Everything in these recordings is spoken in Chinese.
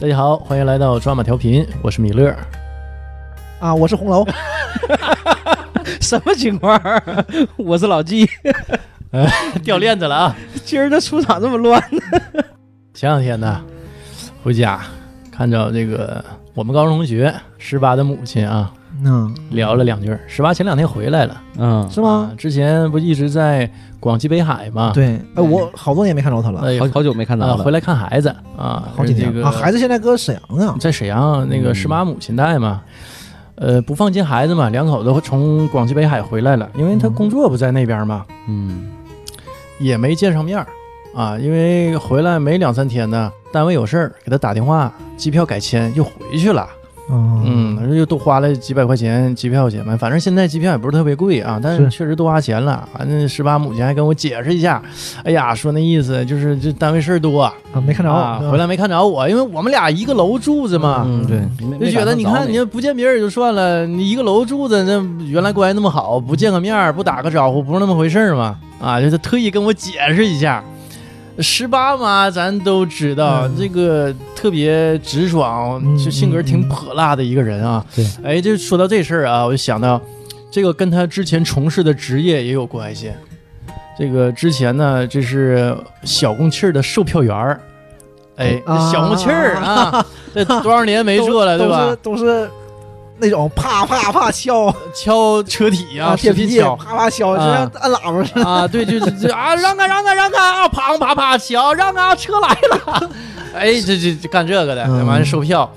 大家好，欢迎来到抓马调频，我是米勒。啊，我是红楼，什么情况？ 我是 老纪，呃掉链子了啊！今儿这出场这么乱， 前两天呢，回家看着这个我们高中同学十八的母亲啊，嗯，聊了两句儿。十八前两天回来了，嗯，是吗啊？？之前不一直在广西北海吗？，对，哎，我好多年没看着他了，哎好呀，好久没看到啊，了，回来看孩子啊，好几年这个啊，孩子现在搁沈阳啊呢，啊在沈阳那个嗯十八母亲带嘛，呃，不放心孩子嘛，两口子从广西北海回来了，因为他嗯工作不在那边嘛，嗯也没见上面儿啊，因为回来没两三天呢，单位有事儿给他打电话，机票改签又回去了，嗯，反正又多花了几百块钱机票钱嘛，反正现在机票也不是特别贵啊，但是是确实多花钱了。完了，十八母亲还跟我解释一下，哎呀，说那意思就是这单位事儿多啊，没看着啊，对吧回来没看着我，因为我们俩一个楼住着嘛。嗯，对，没就觉得你看，你，不见别人也就算了，你一个楼住着，那原来关系那么好，不见个面儿，不打个招呼，不是那么回事儿嘛？啊，就是特意跟我解释一下。十八嘛，咱都知道、嗯这个特别直爽，嗯就性格挺泼辣的一个人啊。对哎，就说到这事儿啊，我就想到，这个跟他之前从事的职业也有关系。这个之前呢，这是小公汽儿的售票员儿，哎，这啊小公汽儿 啊，这多少年没都做了，对吧？都是都是那种啪啪啪敲敲车体啊，铁使劲皮敲啪啪敲，就像按喇叭似的。啊，对，就就就 啊，让开让开让开啊，啪啪啪敲，让啊，车来了， 哎，这这这干这个的，嗯完了售票，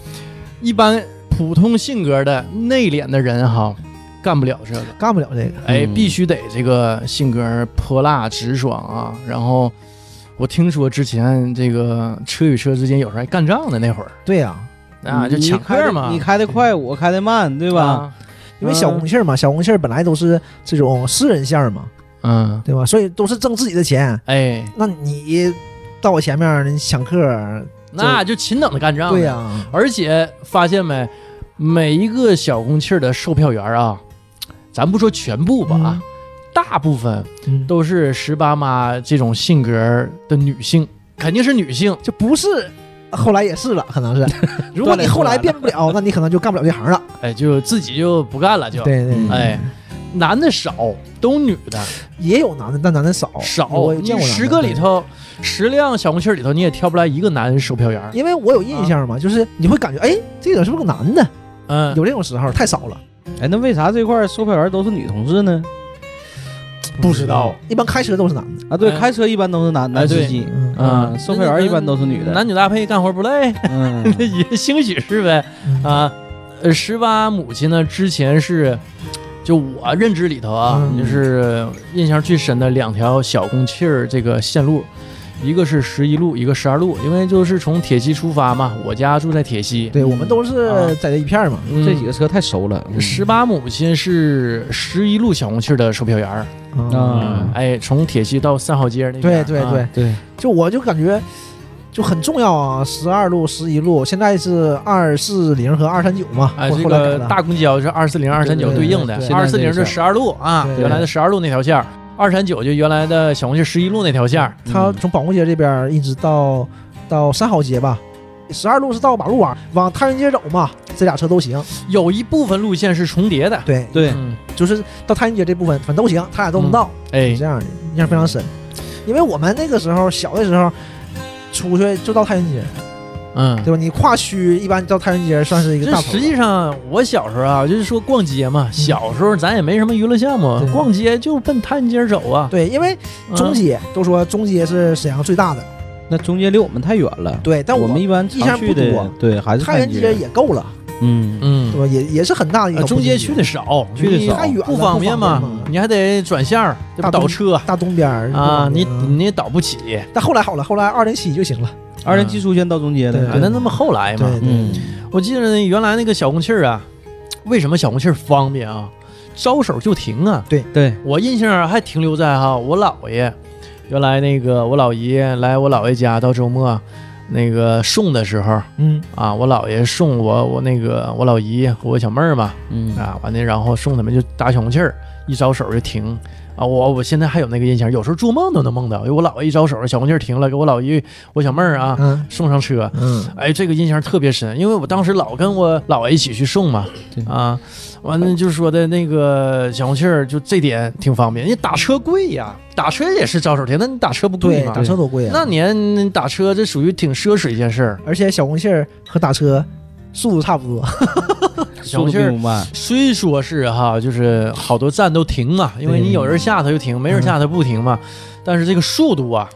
一般普通性格的内敛的人哈，干不了这个。干不了这个，哎，嗯必须得这个性格泼辣直爽啊。然后我听说之前这个车与车之间有时候还干仗呢，那会儿对呀、啊就你抢开客得嘛，啊你开的快，我开的慢，对对吧？？因为小公汽儿嘛，小公汽儿本来都是这种私人线儿嘛，嗯，对吧？所以都是挣自己的钱。哎，那你到我前面儿，你抢客儿，那就勤等着干仗。对呀、而且发现没，每一个小公汽儿的售票员啊，咱不说全部吧，嗯啊，大部分嗯都是十八妈这种性格的女性，肯定是女性。就不是。后来也是了，可能是。 如果你后来变不了，那你可能就干不了这行了。哎，就自己就不干了，就对对，对哎，男的少，都女的也有男的，但男的少少。我也你见过男的十个里，头，十辆小公汽儿里头，你也挑不来一个男售票员儿对。因为我有印象啊嘛，就是你会感觉，哎，这个是不是个男的？嗯，有这种时候太少了，哎，那为啥这块售票员都是女同志呢？不知道。一般开车都是男的。啊，对，哎开车一般都是男男司机，嗯嗯，售票员一般都是女的男，女搭配干活不累， 嗯，也兴许是呗。嗯啊，呃，十八母亲呢，之前是，就我认知里头啊，嗯就是印象最深的两条小公汽儿这个线路，一个是十一路，一个十二路，因为就是从铁西出发嘛，我家住在铁西，对，我们都啊是在这一片儿嘛。嗯这几个车太熟了，嗯十八母亲是十一路小公汽儿的售票员儿，啊哎，从铁西到三好街那边嗯对儿，对啊对，，对，就我就感觉就很重要啊，十二路、十一路，现在是二四零和二三九嘛，哎，后这后来改个了大公交是二四零、二三九对应的对对，对二四零是十二路啊对，对原来的十二路那条线儿，二三九就原来的小红旗十一路那条线儿，他从保护街这边儿一直到到三好街吧，十二路是到马路网，往太原街走嘛，这俩车都行。有一部分路线是重叠的。对，对，嗯，就是到太原街这部分，反正都行，他俩都能到，哎是这，样的，印象非常深。因为我们那个时候小的时候，出去就到太原街，嗯，对吧？你跨区一般到太原街算是一个这大头嗯实际上我小时候啊，就是说逛街嘛，小时候咱也没什么娱乐项目对，逛街就奔探街走啊。对，因为嗯中街、都说中街是沈阳最大的，那中间离我们太远了，对，但我们一般印象常去不的多，对，还是太原街街，也够了，嗯，啊嗯对，吧？也也是很大的一呃个中街街去的少，去的少太远了不方便嘛不方便嘛，你还得转向儿，这不大倒东车大东边儿啊，你嗯你也倒不起，但后来好了，后来二零七就行了。二零七出现到中街对的啊，那那么后来嘛对，嗯，我记得原来那个小公汽儿啊，为什么小公汽儿方便啊？招手就停啊！对，我印象还停留在哈，我姥爷原来那个我姥爷来我姥爷家到周末那个送的时候嗯，啊，我姥爷送我我那个我老姨和我小妹儿嘛啊嗯啊，完了然后送他们就搭小公汽儿，一招手就停。啊，我我现在还有那个印象，有时候做梦都能梦到，因为我姥爷一招手，小红劲儿停了，给我老姨我小妹儿啊嗯送上车，嗯哎，这个印象特别深，因为我当时老跟我姥爷一起去送嘛对，啊，完了就说的那个小红气儿，就这点挺方便，你打车贵呀，打车也是招手停，那你打车不贵对，吗？打车多贵啊！那年你打车这属于挺奢侈一件事儿，而且小红杏儿和打车速度差不多，小红速度气儿并不慢，虽说是哈，就是好多站都停嘛，因为你有人下它就停，没人下它不停嗯嘛。但是这个速度啊，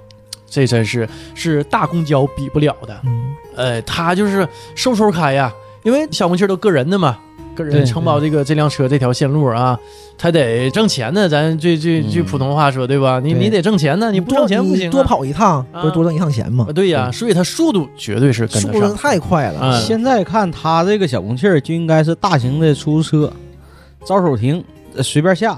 这真是是大公交比不了的。 嗯，呃，它就是嗖嗖开呀，因为小红旗儿都个人的嘛，个人对承包这个这辆车这条线路啊，他得挣钱呢。咱这这嗯句普通话说对吧？你对你得挣钱呢，你不挣钱不行、啊。多跑一趟啊不是多挣一趟钱吗啊，？对呀，嗯所以它速度绝对是跟速得度真上的。太快了，嗯现在看他这个小红气儿就应该是大型的出租车，招手停，呃随便下，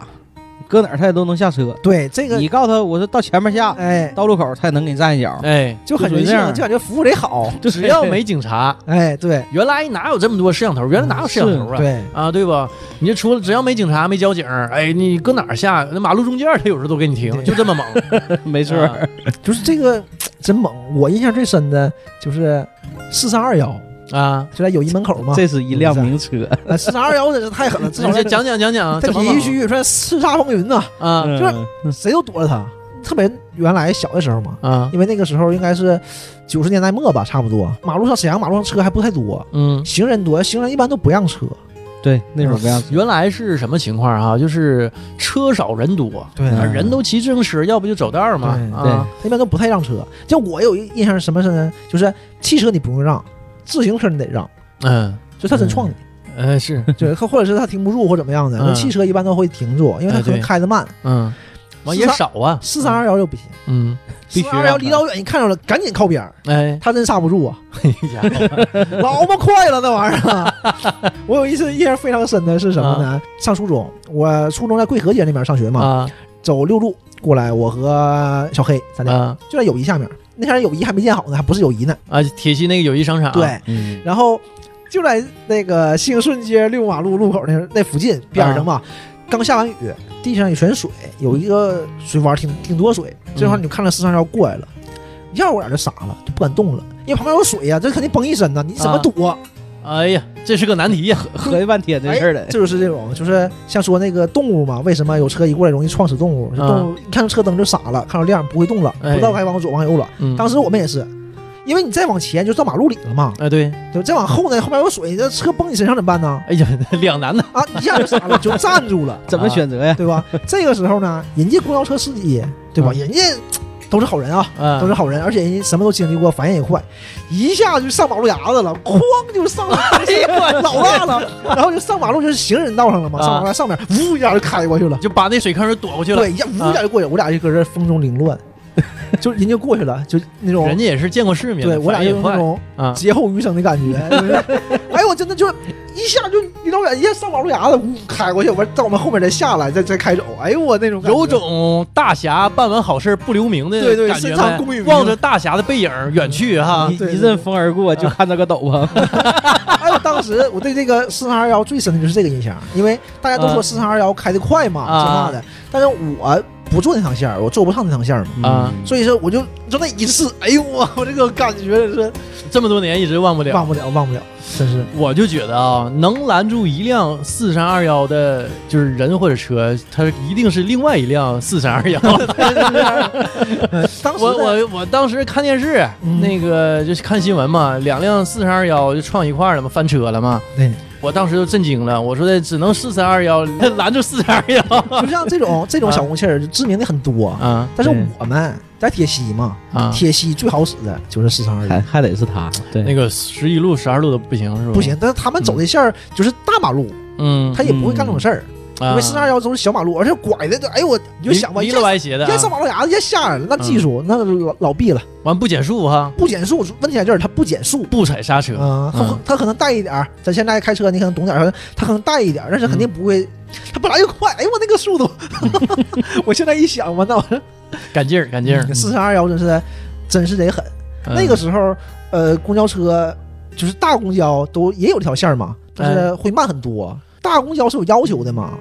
搁哪儿他也都能下车。对这个你告诉他，我说到前面下，哎到路口他也能给你站一脚。 哎，就很人就性这样，就感觉服务得好，只要没警察， 哎对原来哪有这么多摄像头？原来哪有摄像头啊？对，啊，对吧？你这除了只要没警察没交警，哎，你搁哪儿下？那马路中间儿他有时候都给你停，对就这么猛。没错儿，啊就是这个真猛。我印象最深的就是四三二幺，啊，就在友谊门口嘛，哎这是一辆名车，四三二幺真是太 狠了，至少在这讲讲讲讲在怎么贫猛区域算叱咤风云呐，啊就是嗯谁都躲着他。特别原来小的时候嘛，啊因为那个时候应该是九十年代末吧，差不多。马路上沈阳马路上车还不太多，嗯，行人多，行人一般都不让车。对那会儿不让原来是什么情况哈、就是车少人多，对啊嗯人都骑自行车，要不就走道儿嘛对啊。他一般都不太让车。就我有一印象是什么事呢？就是汽车你不用让，自行车你得让，嗯就他真撞你，嗯 是就是他或者是他停不住或怎么样的。嗯那汽车一般都会停住，因为他可哎对能开得慢。嗯，完也少啊，四三二幺就不行，嗯必四须三二幺让离老远一看着了，赶紧靠边儿， ，哎他真刹不住啊， 呀老么快了那玩意儿啊。 我有一次印象非常深的是什么呢？上初中，我初中在贵河街那边上学嘛，啊走六路过来，我和小黑咱俩啊就在友谊下面。那天友谊还没建好呢，还不是友谊呢。啊！铁西那个友谊商场，啊对，，嗯然后就在那个兴顺街六马路路口那那附近边上嘛，刚下完雨，地上也全水，有一个水洼挺挺多水，这会儿你就看着四三幺过来了，一下我俩就傻了，就不敢动了，因为旁边有水呀、啊这肯定崩一身呐，你怎么躲？ 哎呀，这是个难题呀，合计半天这事儿了，这就是这种，就是像说那个动物嘛，为什么有车一过来容易撞死动物？就动物一看到车灯就傻了，看到亮不会动了，不知道该往左往右了。嗯当时我们也是。因为你再往前就到马路里了嘛，哎对，就再往后呢，后面有水，这车崩你身上怎么办呢？哎呀， 两难呐，啊，一下就傻了，就站住了，怎么选择呀？对吧？这个时候呢，人家公交车司机，对吧？嗯人家都是好人啊，啊都是好人，而且人家什么都经历过，反应也快，一下就上马路牙子了，哐就 上了，哎老大了，然后就上马路就是行人道上了嘛，啊上马路上面呜一下就开过去了，就把那水坑儿躲过去了。对，一下呜一下就过去，我俩就搁这风中凌 乱，就人家过去了，就那种人。家也是见过世面的，对我俩反应就有也那快种啊，劫后余生的 感觉，就是哎呦，我真的就是一下就离老远一下上马路牙子，呜开过去，完在我们后面再下来，再再开走，哎呦我那种感觉有种大侠办完好事不留名的对对感觉深呗藏功与名啊望着大侠的背影远去哈啊一，对啊对啊一阵风而过，就看到个斗篷。哎呦，当时我对这个四三二幺最深的就是这个印象，因为大家都说四三二幺开得快嘛，嗯啊这那的，但是我不坐那趟线儿，我坐不上那趟线儿嗯嘛，啊所以说我就就那一次，哎呦我我这个感觉是这么多年一直忘不了。忘不了，忘不了，真是我就觉得啊，能拦住一辆四三二幺的，就是人或者车，它一定是另外一辆四三二幺。 呃当时我的我我当时看电视，嗯那个就是看新闻嘛，两辆四三二幺就撞一块儿了嘛，翻车了嘛。对，我当时就震惊了，我说的只能四三二幺 拦住四三二 幺就像这种这种小红气儿，就知名的很多，啊但是对我们在铁西嘛，啊！铁西最好使的就是四三二幺。还哎还得是他，对那个十一路、十二路都不行是吧？不行，但是他们走的线儿就是大马路，嗯，啊他也不会干这种事儿，因为四三二幺都是小马路，而且拐的，哎呦我你就想吧，一一了下歪斜的、一下啊，上嗯马路牙子，一下吓人，那技术那老老毕了，完不减速哈，不减速，问题在这儿，他不减速。不踩刹车，啊，他嗯他可能带一点儿，咱现在开车你可能懂点儿，他可能带一点儿，但是肯定不会，他本来就快，哎呦我那个速度， 我现在一想吧，那我赶劲儿赶劲儿。四三二幺真是真是得狠。嗯那个时候，呃，公交车就是大哎公交都也有这条线儿嘛，但是会慢很多。大公交是有要求的嘛，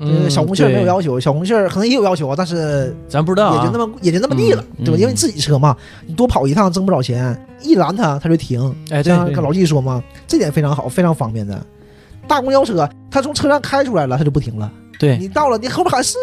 呃嗯小红旗儿没有对要求，小红旗儿可能也有要求啊，但是咱不知道也就啊那。么也就那么地了，嗯对吧？嗯因为你自己车嘛，你多跑一趟挣不着钱，一拦他他就停。哎，对嗯像对跟老纪说嘛，这点非常好，非常方便的。大公交车，他从车站开出来了，他就不停了。对你到了，你后边喊师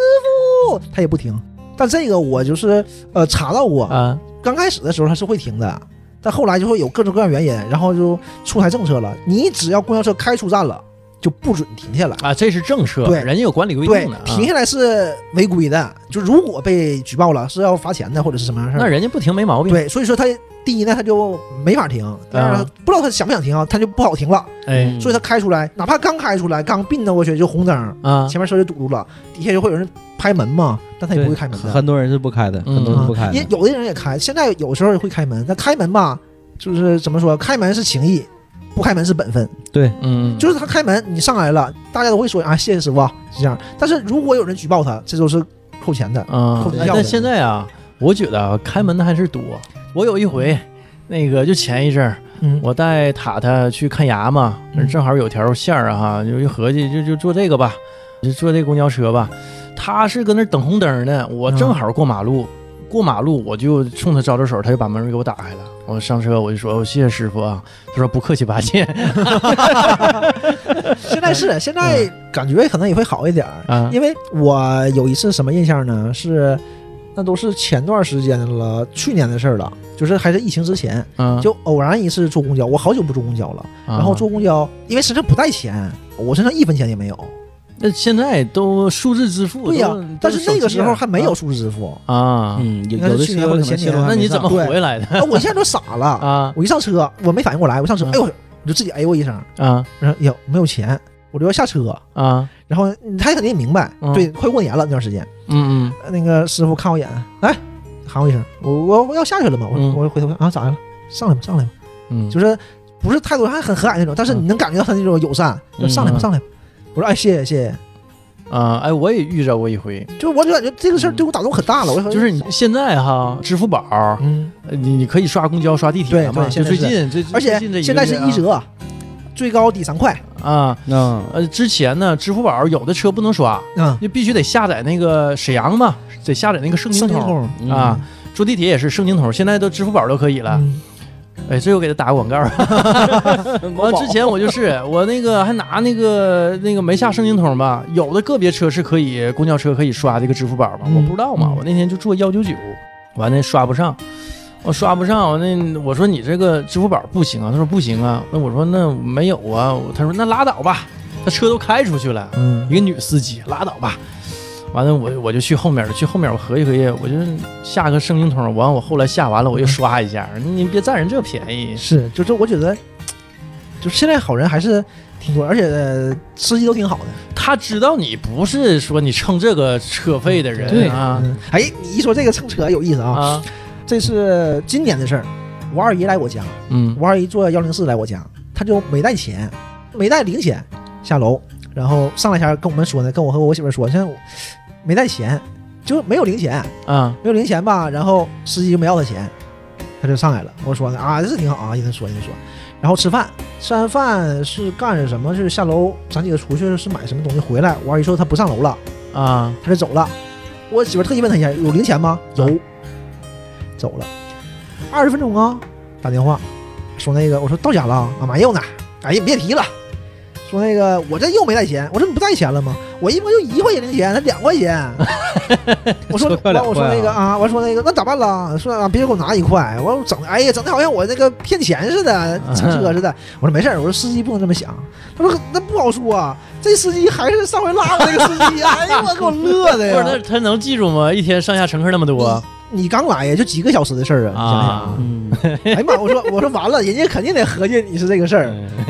傅，他也不停。但这个我就是呃查到过，啊，刚开始的时候它是会停的，但后来就会有各种各样原因，然后就出台政策了，你只要公交车开出站了，就不准停下来。啊，这是政策，对人家有管理规对定的，啊。停下来是违规的，就如果被举报了是要罚钱的，或者是什么样的事那儿。人家不停没毛病。对，所以说他第一呢，他就没法嗯停；第二呢，不知道他想不想停啊，他就不好停了。哎所以他开出来，哪怕刚开出来，刚并到过去就红灯，啊，前面车就堵住了，底下就会有人拍门嘛，但他也不会开门的。很多人是不开的，嗯很多人啊是不开也的。有的人也开，现在有时候也会开门，但开门吧，就是怎么说，开门是情谊，不开门是本分。嗯，就是他开门，你上来了，大家都会说啊，谢谢师傅啊，是这样。但是如果有人举报他，这都是扣钱的。啊扣，哎票的但现在啊，我觉得啊，开门的还是多。我有一回，那个就前一阵儿，嗯，我带塔塔去看牙嘛，嗯正好有条线儿啊哈，就一合计就就坐这个吧，就坐这公交车吧。他是搁那儿等红灯呢，我正啊好过马路，过马路我就冲他招招手，他就把门给我打开了。我上车我就说，我谢谢师傅啊。他说不客 气吧，谢嗯现在是现在感觉可能也会好一点儿，啊因为我有一次什么印象呢？是那都是前段时间了，去年的事儿了，就是还是疫情之前，啊，就偶然一次坐公交，我好久不坐公交了。然然后坐公交，因为身上不带钱，我身上一分钱也没有。那现在都数字支付，对呀、都都但是那个时候还没有手啊数字支付，机啊啊。嗯，有应该有是的去车年或可者能前线路年还那没你怎么上对回来的啊，我现在都傻了。啊 我一上车，我没反应过来，我上车，嗯哎呦，我就自己哎呦一声，啊然后有没有钱，我就要下车。啊？然后嗯他肯定也明白，嗯对，快过年了那段时间，嗯嗯，呃那个师傅看我一眼，来喊我一声，我我我要下去了嘛，我、嗯我回头看啊咋了，上来吧上来吧，嗯，就是不是态度还很和蔼那种，但是你能感觉到他那种友善，就嗯上来吧嗯上来吧，我说哎谢谢谢谢，啊，哎，我也遇着过一回，就我就感觉这个事儿对我打动很大了，我嗯就是你现在哈，支付宝，嗯。呃你你可以刷公交、刷地铁对了嘛？就对现在最是近最而且最近这现在是一啊一折折，最高抵三块。啊。嗯，呃，之前呢，支付宝有的车不能刷，嗯，你必须得下载那个沈阳嘛，得下载那个圣经通通嗯啊。坐地铁也是圣经通，现在都支付宝都可以了。嗯哎，这又给他打个广告啊。我完之前我就是我那个还拿那个那个没下圣经通吧，有的个别车是可以公交车可以刷这个支付宝嘛，嗯我不知道嘛，嗯我那天就坐幺九九，完了刷不上。我刷不上，我那我说你这个支付宝不行啊，他说不行啊，那我说那没有啊，他说那拉倒吧，他车都开出去了，嗯一个女司机，拉倒吧。完了我我就去后面了，去后面我合计合计，我就下个圣经通，完我后来下完了我又刷一下，你别占人这便宜，是，就是我觉得，就现在好人还是挺多，而且呃司机都挺好的。他知道你不是说你蹭这个车费的人啊嗯，哎，你一说这个乘车有意思啊，啊，这是今年的事儿。我二姨来我家，嗯我二姨坐幺零四来我家，她就没带钱，没带零钱，下楼，然后上来前跟我们说呢，跟我和我媳妇儿说，现在我没带钱，就没有零钱。啊没有零钱吧，然后司机就没要他钱，他就上来了。我说啊，这挺好啊，跟他说跟他说。然后吃饭，吃完饭是干什么？是下楼，咱几个出去是买什么东西回来。我二姨说她不上楼了，啊她就走了。我媳妇儿特意问他一下，有零钱吗？嗯有，走了。二十分钟啊，打电话说那个，我说到家了啊，啊没有呢。哎呀，别提了。说那个，我这又没带钱。我说你不带钱了吗？我一共就一块钱零钱，他两块 钱。我说多我漂亮我说块啊那个啊，我说那个那咋办了？说啊，别人给我拿一块，我整的哎呀，整的好像我那个骗钱似的，嗯乘车似的。我说没事儿，我说司机不能这么想。他说那不好说啊，这司机还是上回拉我那个 司机，哎呦我给我乐的不是他呀！他能记住吗？一天上下乘客那么多你刚来呀，就几个小时的事儿啊，你想想啊，嗯，哎呀妈！我说 我说完了，人家肯定得合计你是这个事 儿。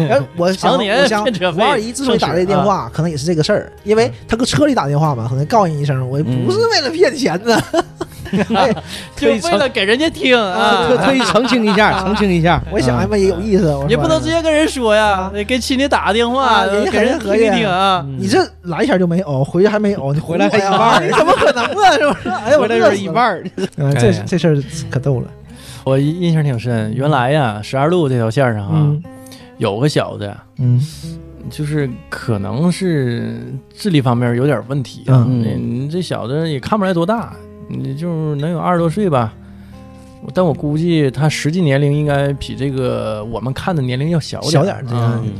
然后我想常我年想骗车费我二姨之所以打这电啊话，可能也是这个事儿，因为她搁车里打电话嘛，可能告诉你一声，我嗯不是为了骗钱的。哎，就为了给人家听啊，啊 特，特意澄清一下，澄清一下。我想哎啊妈也有意思，我说哎也不能直接跟人说呀，得给亲戚打个电话啊人家，给人听一听啊。嗯你这来一下就没有，回去还没有，你回来还一半哎呀你怎么可能啊？是不是？哎呀，我回来乐就是死一了半。儿，哎嗯，这这事儿可逗了。我印象挺深，原来呀，十二路这条线上啊嗯，有个小子，嗯就是可能是智力方面有点问题啊。嗯你你这小子也看不出来多大，你就是能有二十多岁吧。我但我估计他实际年龄应该比这个我们看的年龄要小小点点儿儿对啊。嗯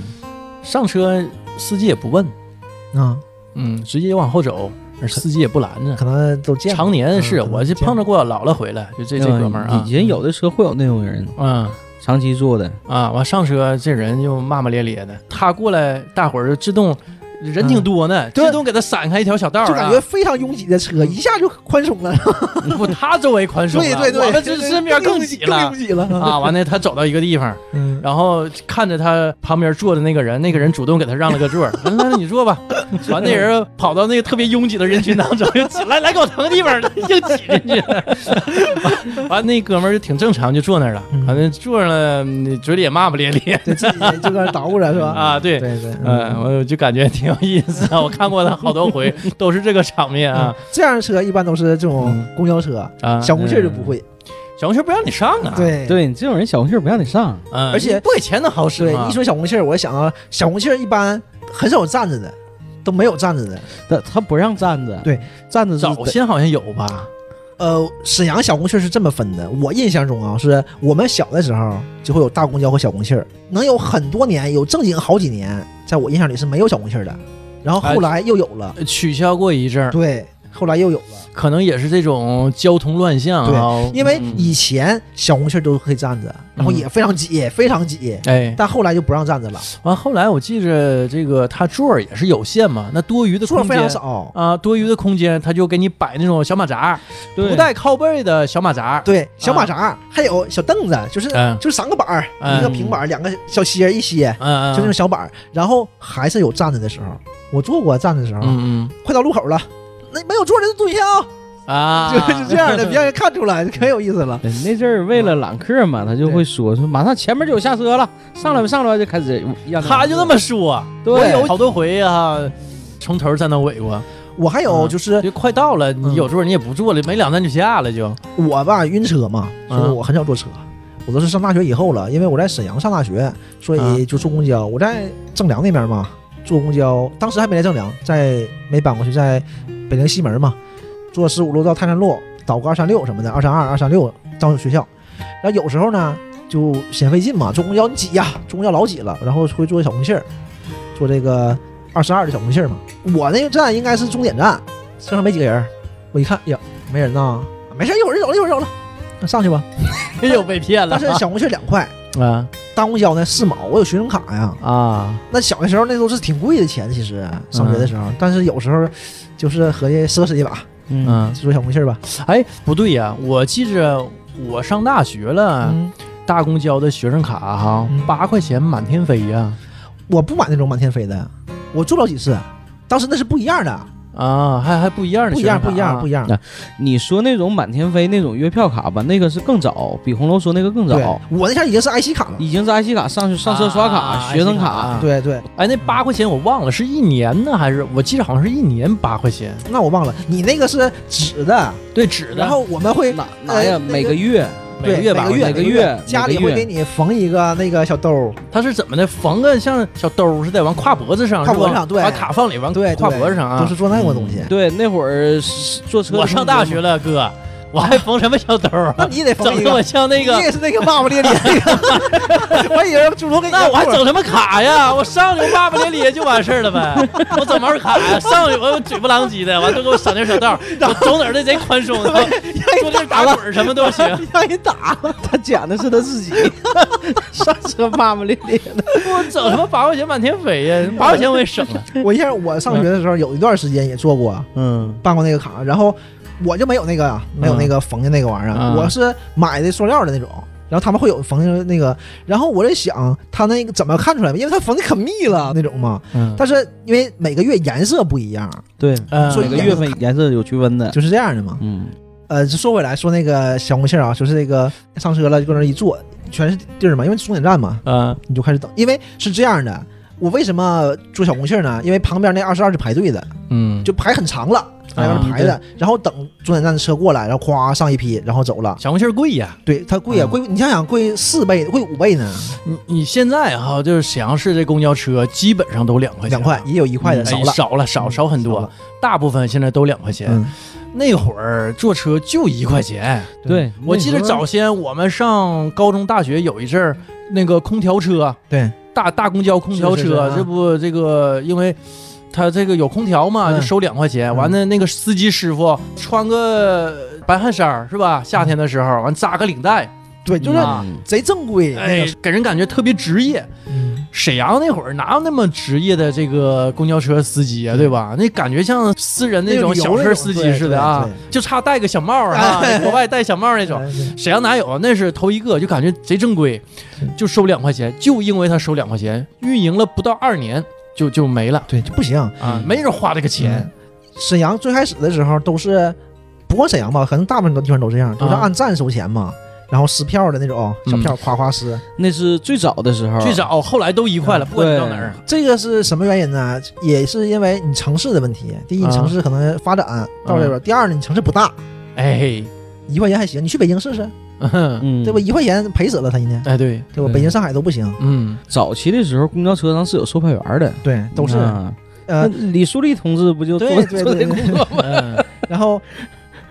上车司机也不问，啊，嗯，直接往后走，而司机也不拦着。可能都见过常年是嗯我就碰着过姥姥回来，就这这哥们儿啊以，前有的车会有那种人嗯。长期坐的，啊，完上车这人就骂骂咧咧的，他过来，大伙儿就自动人挺多呢，嗯对自动给他闪开一条小道儿啊、嗯就感觉非常拥挤的车，一下就宽松 了。不，他周围宽松了，对对对，我们这身边更更挤更了拥。挤了啊！！完了，他走到一个地方， 嗯，然后看着他旁边坐的那个人，那个人主动给他让了个座儿， 那那你坐吧。完，那人跑到那个特别拥挤的人群当中，就挤来来给我腾个地 方，硬挤进去。完 完，那哥们儿就挺正常，就坐那儿了。嗯反正坐上了，嗯嘴里也骂骂咧咧对自己就搁那捣鼓着是吧？ 啊。对对，对，嗯，我就感觉挺有意思啊！我看过他好多回，都是这个场面啊嗯，这样的车一般都是这种公交车，啊！嗯小红气儿就不会。小红球不让你上啊，，对，对你这种人小红气儿不让你上，嗯，而且你不给钱能好使对，吗一？说小红气儿，我想到小红气儿一般很少有站着的，都没有站着的。他他不让站着，对，站着是早先好像有吧，呃，沈阳小红气儿是这么分的，我印象中啊，是我们小的时候就会有大公交和小红气儿，能有很多年，有正经好几年，在我印象里是没有小红气儿的，然后后来又有了，取消过一阵儿，对，后来又有了，可能也是这种交通乱象啊。因为嗯以前小红气儿都可以站着，然后也非常挤，非常挤，哎，但后来就不让站着了，完后来我记着这个他座儿也是有限嘛，那多余的座空儿非常间少，啊，多余的空间他就给你摆那种小马扎，对不带靠背的小马扎，，对，小马扎，还有小凳子，就是、啊嗯就是三个板儿，嗯一个平板儿，两个小歇儿一歇，嗯就那种嗯小板儿。然后还是有站着的时候，我坐过站着的时候，嗯快到路口了，那没有坐人就蹲下啊，嗯啊， 就是这样的，别让人看 出来，可有意思了。对那阵儿为了揽客嘛，他就会说说马上前面就有下车了，上来吧上来吧，就开始让他就这么说，对我有好多回啊，从头站到尾过，我还有嗯就是就快到了，嗯你有座你也不坐了，没两站就下了就，我吧晕车嘛，所以嗯我很少坐车。我都是上大学以后了，因为我在沈阳上大学，所以嗯就坐公交。我在正良那边嘛，坐公交，当时还没来正良，在没搬过去，在北陵西门嘛，坐十五路到泰山路，倒个二三六什么的，二三二、二三六到学校。然后有时候呢，就嫌费劲嘛，坐公交你挤呀、坐公交老挤了，然后会坐小红气儿，坐这个二十二的小红气儿嘛。我那个站应该是终点站，车上没几个人儿，我一看，哎呀，没人呐，啊没事儿，一会儿就走了，一会儿就走了，那上去 吧。又被骗了但是小红气儿两块， 啊大公交呢四毛，我有学生卡呀。啊，那小的时候那都是挺贵的钱，其实啊上学的时候，但是有时候就是合计奢侈一把，嗯，嗯，就说小红气儿吧。哎，不对呀，我记着我上大学了，嗯，大公交的学生卡哈嗯，八块钱满天飞呀我不买那种满天飞的，我坐不了几次。当时那是不一样的，啊，还还不一样的不一学生样，卡啊，不一样，不一样。那你说那种满天飞那种月票卡吧，那个是更早，比红楼说那个更对早，，我那下已经是 IC 卡了。已经是 IC 卡上去上车刷卡、啊学生 IC 卡卡，对对，啊哎，那八块钱我忘了是一年呢还是？我记着好像是一年八块钱，那我忘了，你那个是纸的，对，纸的，然后我们会哪哪呀？呃那个每个月每个对月每八个块月钱每个每月每个家里会月给你缝一个那个小兜儿，他是怎么的？缝个像小兜儿似的，完挎脖子上，挎脖是吧上对把卡放里，完对，对挎脖子上啊。都是做那个东西。 对那会儿是坐车，我上大学，了，哥，我还缝什么小兜儿那啊？你也得 缝整一的个我，像那你个，也是那个骂骂咧咧 那个，我以为主动给你那我还过整什么卡呀？我上去我骂骂咧咧就完事儿了呗。我整毛卡呀？上去我嘴不狼藉的，完都给我省点小道儿，我走哪儿都贼宽松，坐这儿打滚儿什么都行。让人打，他讲的是他自己 上车骂骂咧咧的，我整什么八块钱满天飞呀？八块钱我也省了。我印象我上学的时嗯候有一段时间也做过嗯，办过那个卡，然后我就没有那个啊没有那个缝的那个玩意儿，啊嗯我是买的塑料的那种。然后他们会有缝的那个，然后我在想他那个怎么看出来吧，因为他缝的可密了那种嘛。嗯，但是因为每个月颜色不一样，对，哎所每以个也月份颜色有区分的，就是这样的嘛。嗯，呃，就说回来说那个小红杏啊，就是那个上车了就搁那一坐，全是地儿嘛，因为终点站嘛，嗯你就开始等，因为是这样的，我为什么坐小红气儿呢？因为旁边那二十二是排队的，嗯，就排很长了，在那啊排的，然后等终点站的车过来，然后咵上一批，然后走了。小红气儿贵呀。对，它贵呀，嗯贵，你想想贵四倍，贵五倍呢，你你现在哈，就是沈阳市这公交车基本上都两块钱，两块也有一块的嗯少哎了，少了少少很多了，大部分现在都两块钱。嗯，那会儿坐车就一块钱，对，我记得早先我们上高中、大学有一阵儿，那个空调车，对，大大公交空调车，是是是啊这不这个因为。他这个有空调嘛，嗯就收两块钱。嗯完了，那个司机师傅穿个白汗衫儿是吧？夏天的时候，完扎个领带，对，就嗯是啊贼正规，那哎个，给人感觉特别职业。嗯沈阳那会儿哪有那么职业的这个公交车司机啊，对吧？那感觉像私人那种小车司机似的啊那个旅游那种对，就差戴个小帽儿啊，哎国外戴小帽儿那种。嗯沈阳哪有啊？那是头一个，就感觉贼正规，就收两块钱，就因为他收两块钱，运营了不到二年就就没了对，就不行。啊，没人花这个钱嗯。沈阳最开始的时候都是，不光沈阳吧，可能大部分的地方都这样，都是啊嗯按站收钱嘛，然后撕票的那种哦小票，夸夸撕。那是最早的时候，最早后来都一块了，不管你到哪儿，这个是什么原因呢？也是因为你城市的问题。第一，啊你城市可能发啊展到这边；第二呢，你城市不大，哎，一块钱还行。你去北京试试，嗯嗯，对吧？一块钱赔死了他一年，哎对，对吧？对啊北京、上海都不行，嗯早期的时候，公交车上是有售票员的，对，都是。啊那呃，李树立同志不就做对对做这对工对作吗？嗯然后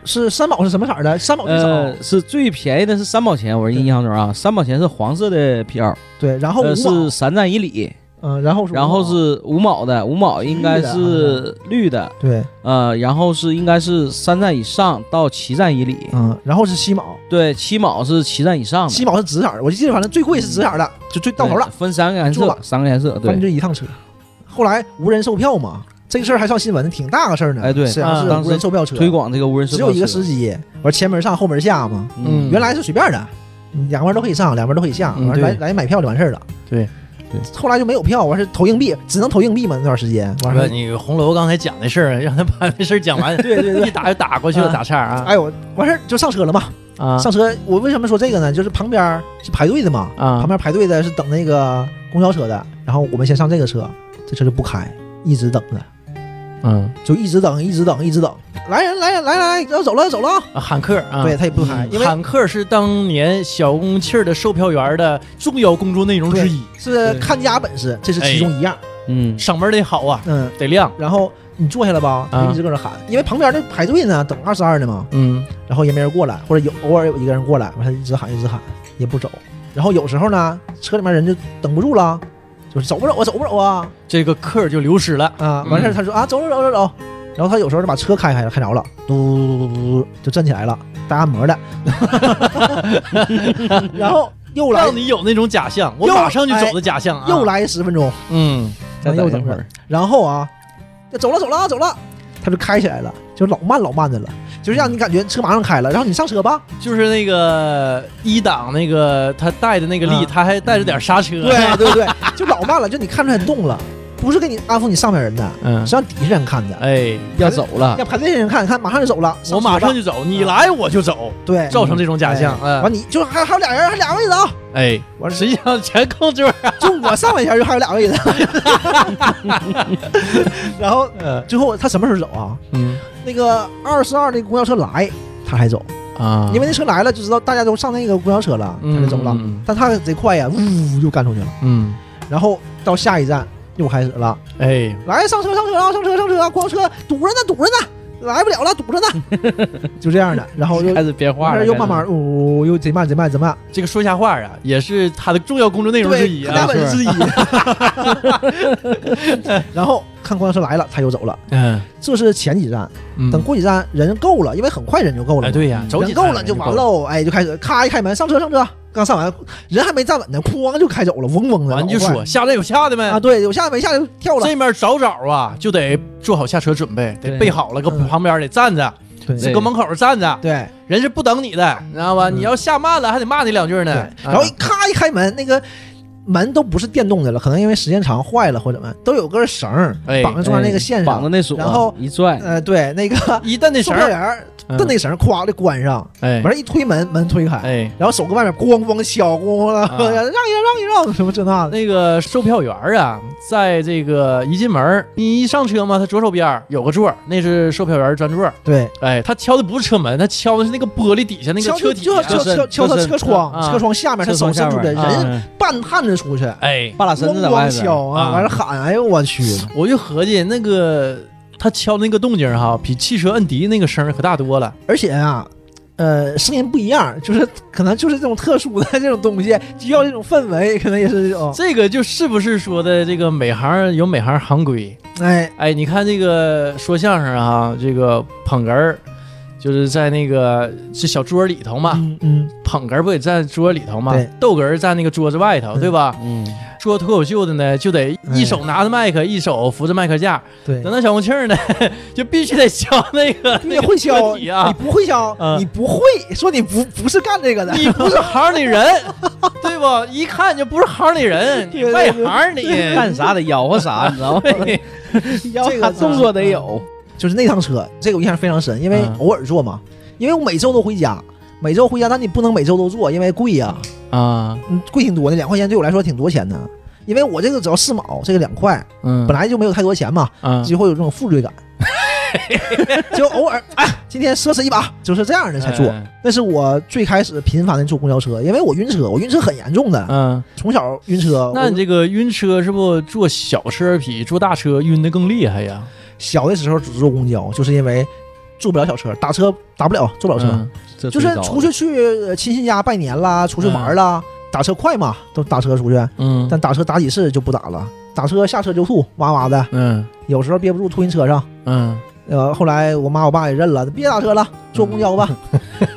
是三宝是什么色儿的？三宝最少，呃，是最便宜的是三毛钱，我对印象中啊，三毛钱是黄色的票，对，然后呃哦五是毛，三站一里，嗯，然后是五毛然后是五毛的，五毛应该是绿的，对，呃，然后是应该是三站以上到七站以里，嗯，然后是七毛，对，七毛是七站以上的，七毛是紫色儿，我就记得反正最贵是紫色儿的，就最到头了对，分三个颜坐色吧，三个颜色，反正对，就一趟车。后来无人售票嘛，这个事儿还上新闻，挺大个事儿呢。哎对沈阳啊市当无时人售票车推广这个无人只售票有车，一个司机，完前门上后门下嘛，嗯原来是随便的，嗯两边都可以上，两边都可以下，嗯完对来来买票就完事儿了。对对，后来就没有票，完是投硬币，只能投硬币嘛那段时间。完不，了，你红楼刚才讲的事儿，让他把这事儿讲 完，对对对一打就打过去了，啊打岔啊哎呦，完事儿就上车了嘛。啊上车，我为什么说这个呢？就是旁边儿是排队的嘛，啊旁！边排队的是等那个公交车的，然后我们先上这个车，这车就不开，一直等着，嗯，就一直等，一直等，一直等。来人，来人，来来，要走了，要走了啊。啊喊客啊，对他也不喊，因为喊客是当年小公气儿的售票员的重要工作内容之一，是对看家本事，这是哎其中一样。嗯，嗓门儿得好啊，嗯，得亮。然后你坐下了吧，他就一直搁那喊，因为旁边那排队呢，等二十二的嘛，嗯然后也没人过来，或者有偶尔有一个人过来，完他一直喊，一直喊，也不走。然后有时候呢，车里面人就等不住了，就是走不走啊，走不走啊，，这个客儿就流失了。啊，完事儿他说啊，走走走走走，然后他有时候就把车开开了，开着了，嘟嘟嘟嘟嘟就站起来了，搭按摩的，然后又来让你有那种假象，我又哎马上就走的假象啊！又，来十分钟，嗯，再又等一等会会儿儿，，然后啊，走了走了走了，他就开起来了，就老慢老慢的了，就是让你感觉车马上开了，然后你上车吧，就是那个一档那个他带的那个力，啊他还带着点刹车。对对对，就老慢了，就你看出来动了，不是给你安抚你上面人的，嗯是，让底下人看的，哎，要走了，让排队的人看看马上就走了，我马车上吧就走，你来我就走，对。造成这种假象。完，嗯，你就还还有俩人，还俩位子啊！哎，完事实际上全控制不了。就我上来前就还有俩位子， 啊然后呃嗯最后他什么时候走啊？嗯那个二十二那公交车来，他还走，啊因为那车来了就知道大家都上那个公交车了，嗯他就走了。嗯但他贼快呀，呜就干出去了。嗯，然后到下一站又开始了，哎，来上车上车啊上车上车啊，公交车堵着呢堵着呢，来不了了堵着呢， 就这样的。然后又开始编话了，又慢慢呜呜又贼慢贼慢贼慢，这个说瞎话啊，也是他的重要工作内容之一对，大啊。本事之一。然后看公交车来了，他又走了。嗯，这是前几站，嗯等过几站人够了，因为很快人就够了嘛。哎，对呀，走人几够趟了就完，喽。哎，就开始咔一开门，上车上车，刚上完，人还没站稳呢，哐就开走了，嗡嗡的。完老就快说下来有下的没啊，？对，有下没下就跳了。这面早早啊，就得做好下车准备，得对备好了，搁嗯旁边得站着，对搁门口站着，对人是不等你的，你知道吧？嗯你要下慢了，还得骂你两句对呢。啊然后一咔一开门，那个门都不是电动的了，可能因为时间长坏了或者怎么，都有根绳儿哎绑在中间那个线绑上着。那锁，然后一拽，呃，对，那个一蹬那绳售票儿，员儿嗯蹬那绳儿，咵的关上，哎完事儿一啊推门，门推开，哎，然后手搁外面咣咣敲，咣咣的，啊让一让，让一让，什么这那的。那个售票员儿啊，在这个一进门儿，你一上车嘛，他左手边儿有个座儿，那是售票员儿专座儿。对，哎，他敲的不是车门，他敲的是那个玻璃底下那敲个车就体、就啊。敲车身敲敲车他身车窗，啊车窗下面他厕所手伸下出边来，儿人啊半探着出去，哎，半拉身咣子在外咣边敲儿，啊，啊完了喊，哎呦我去，我就合计那个他敲那个动静儿哈，比汽车摁笛那个声儿可大多了。而且啊。呃，声音不一样，就是可能就是这种特殊的这种东西，需要这种氛围，可能也是这种。这个就是不是说的这个每行有每行行规？哎，哎，你看这个说相声啊，这个捧哏儿就是在那个是小桌里头嘛，嗯嗯，捧哏儿不得站桌里头嘛对，逗哏儿站那个桌子外头，嗯对吧？嗯，说脱口秀的呢，就得一手拿着麦克，一手扶着麦克架；哎对，等到小红庆儿呢， 就必须得敲那 个你得会车敲，体啊你，不会敲，嗯你不会说你不不是干这个的，你不是行里人，对不？一看就不是行里 人，你外行你。干啥得吆喝啥，你知道吗？ 吆嗯喝动作得有，就是那趟车，这个我印象非常深，因为嗯偶尔坐嘛，因为我每周都回家，每周回家，但你不能每周都坐，因为贵呀、啊，嗯，贵挺多的，两块钱对我来说挺多钱的，因为我这个只要四毛，这个两块嗯，本来就没有太多钱嘛，啊就会有这种负罪感， 就偶尔哎，今天奢侈一把，就是这样的才哎坐。那是我最开始频繁的坐公交车，因为我晕车，我晕车很严重的，嗯，从小晕车。那呃我你这个晕车是不坐小车比坐大车晕的更厉害呀？小的时候只坐公交，就是因为坐不了小车，打车打不了，坐不了车。嗯这就是最早的出 去去呃亲戚家拜年啦，出去玩啦，打车快嘛，都打车出去，嗯，但打车打几次就不打了，打车下车就吐，哇哇的，嗯有时候憋不住吐人车上。嗯呃，后来我妈我爸也认了，别打车了，坐公交吧，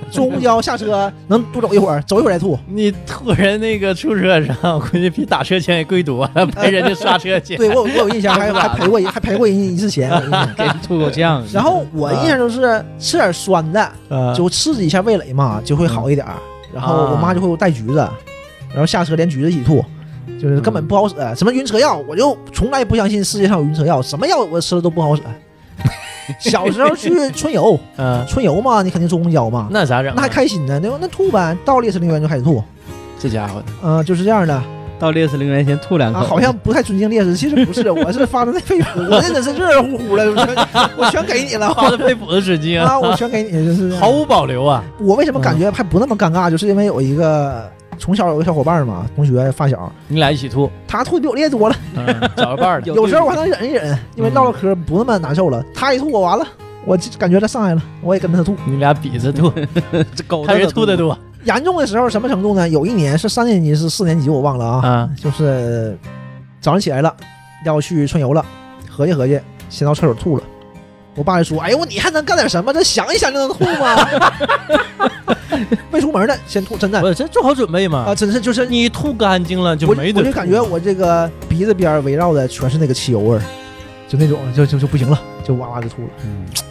坐公交下车能多走一会儿，走一会儿再吐。你吐人那个出租车上，估计比打车钱也贵多了，赔人家刹车钱。对我有我有印象，还还赔过一还赔过人一次钱。我有印象给你吐口酱，然后我印象就是吃点酸的，啊，就刺激一下味蕾嘛，就会好一点儿。然后我妈就会给我带橘子，然后下车连橘子一起吐，就是根本不好使。什么晕车药，我就从来不相信世界上有晕车药，什么药我吃了都不好使。小时候去春游，嗯，春游嘛，你肯定坐公交嘛， 那咋整啊？那还开心呢，那那吐呗，到烈士陵园就开始吐，这家伙的，嗯、就是这样的啊，到烈士陵园先吐两口，好像不太尊敬烈士，其实不是，我是发自内肺腑， 我真的是热热乎乎的，我全我全给你 了，花的肺腑的纸巾啊，我全给你，就是毫无保留啊。我为什么感觉还不那么尴尬，就是因为有一个从小有个小伙伴嘛，同学发小，你俩一起吐，他吐的比我烈多了，嗯找个伴儿去。有有时候我还能忍一忍，因为嗯唠唠嗑不那么难受了。他一吐我完了，我就感觉他上来了，我也跟着他吐。你俩比着吐，这狗看都谁吐的多严重的时候什么程度呢？有一年是三年级是四年级我忘了啊，啊！就是早上起来了要去春游了，合计合计，先到厕所吐了。我爸就说：“哎呦，你还能干点什么？这想一想就能吐吗？ 没出门呢，先吐，真的我这做好准备嘛啊，。真是就是你吐干净了啊就我没我得吐。就感觉我这个鼻子边儿围绕的全是那个汽油味儿，就那种就就就不行了，就哇哇就吐了，